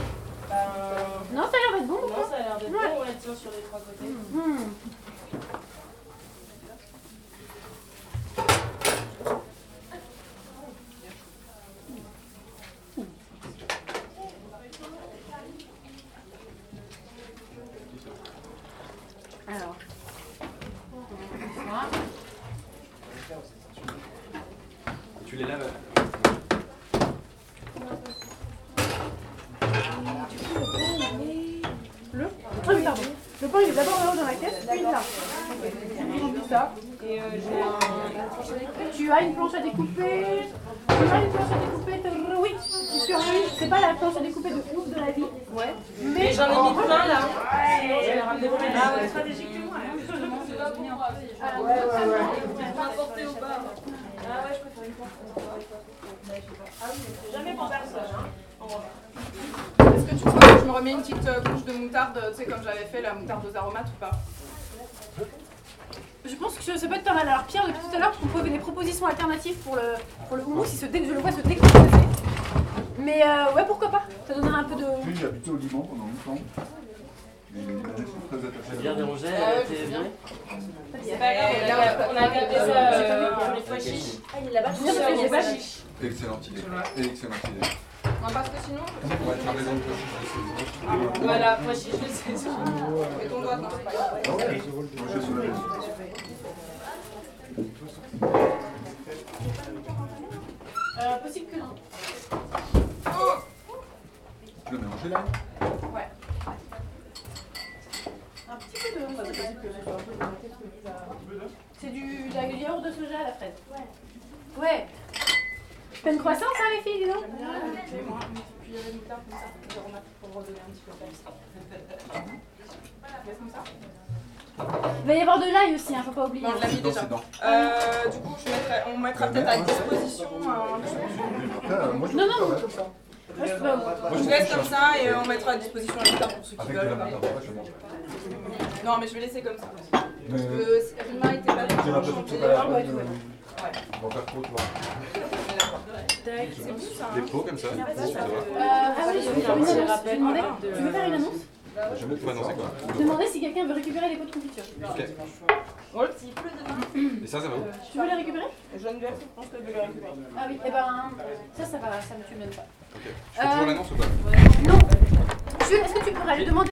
[SPEAKER 6] euh,
[SPEAKER 2] Non, ça a l'air d'être bon.
[SPEAKER 6] Non, ça a l'air d'être
[SPEAKER 2] Ouais.
[SPEAKER 6] bon, ouais, tire sur les trois côtés.
[SPEAKER 2] Hmm.
[SPEAKER 18] tu les laves.
[SPEAKER 2] Le Ah oui, pardon. Le pain, il est d'abord là-haut dans la caisse, puis là. Tu remplis ça. Tu as une planche à découper. Tu as une planche à découper. t'as- Oui, tu suis oui. C'est pas la planche à découper de ouf de la vie. Ouais.
[SPEAKER 5] Mais j'en ai mis plein là. Sinon, j'allais ramener plein.
[SPEAKER 19] Ah ouais, stratégique que moi. C'est pas bon. Ah ouais, ouais, ouais. Pas apporté au bar. Ah ouais, je préfère une planche.
[SPEAKER 5] Ah oui, mais c'est jamais pour personne. Hein. En revanche. Est-ce que tu crois que je me remets une petite euh, couche de moutarde, tu sais, comme j'avais fait la moutarde aux aromates ou pas
[SPEAKER 2] Je pense que ça peut être pas mal. Alors Pierre, depuis tout à l'heure, je propose des propositions alternatives pour le, pour le houmous. Il se, dès que je le vois, se décomposer. Mais euh, ouais, pourquoi pas Ça donnera un peu de...
[SPEAKER 9] Puis j'ai habité au Liban pendant longtemps. Les Libanais sont très attachés à
[SPEAKER 3] La bière des Rogers,
[SPEAKER 9] Ah ouais,
[SPEAKER 3] elle était
[SPEAKER 9] c'est
[SPEAKER 3] bien
[SPEAKER 4] C'est pas grave, on a- on a gardé ça euh, pour les fois chiches. Ah, il est là-bas,
[SPEAKER 5] Bien sûr, il est là-bas.
[SPEAKER 9] Excellente idée. Excellente idée.
[SPEAKER 5] Non, parce que sinon. Ah,
[SPEAKER 9] Ouais, tu as raison de
[SPEAKER 5] Voilà, moi je le sais. Et ton doigt, non, c'est pas grave.
[SPEAKER 9] Ah
[SPEAKER 19] Euh, possible que non.
[SPEAKER 9] Tu l'as mélangé là
[SPEAKER 19] Ouais. Un petit peu de.
[SPEAKER 2] C'est du, de la yaourt de soja à la fraise. Ouais. Ouais. Pleine croissance, hein, les filles, dis donc.
[SPEAKER 5] Puis il y avait une moutarde comme ça, des aromates pour redonner un petit peu de texture. Voilà, laisse comme ça.
[SPEAKER 2] Il va y avoir de l'ail aussi, hein, faut pas oublier.
[SPEAKER 5] Non, je l'ai mis déjà. Euh, du coup, je mettrai, on mettra peut-être à disposition un.
[SPEAKER 9] euh, moi,
[SPEAKER 5] non,
[SPEAKER 9] non,
[SPEAKER 5] non. Je vous laisse comme ça et on mettra à disposition un moutarde pour ceux qui
[SPEAKER 9] Avec de la
[SPEAKER 5] veulent.
[SPEAKER 9] moutarde, ouais, je mange.
[SPEAKER 5] Non, mais je vais laisser comme ça. Parce que si- Rima était pas
[SPEAKER 9] Tu vas pas
[SPEAKER 5] chanter,
[SPEAKER 9] tout à
[SPEAKER 5] ouais,
[SPEAKER 9] la
[SPEAKER 5] ouais.
[SPEAKER 9] On va faire trop, tu
[SPEAKER 5] Ouais. C'est bon ça.
[SPEAKER 9] Des pots comme ça
[SPEAKER 2] Euh, ah oui, je vais faire une annonce. Je vais demander- Tu veux faire une annonce
[SPEAKER 9] Je vais annoncer quoi
[SPEAKER 2] Demandez si quelqu'un veut récupérer les pots de confiture.
[SPEAKER 5] Ouais, s'il pleut demain.
[SPEAKER 9] Et ça, ça va où
[SPEAKER 2] Tu veux les récupérer
[SPEAKER 5] Geneviève, je pense qu'elle veut les récupérer.
[SPEAKER 2] Ah oui, et ben ça, ça va, ça me tue même pas.
[SPEAKER 9] Je fais toujours l'annonce ou pas
[SPEAKER 2] Non. Tu- Est-ce que tu pourrais lui demander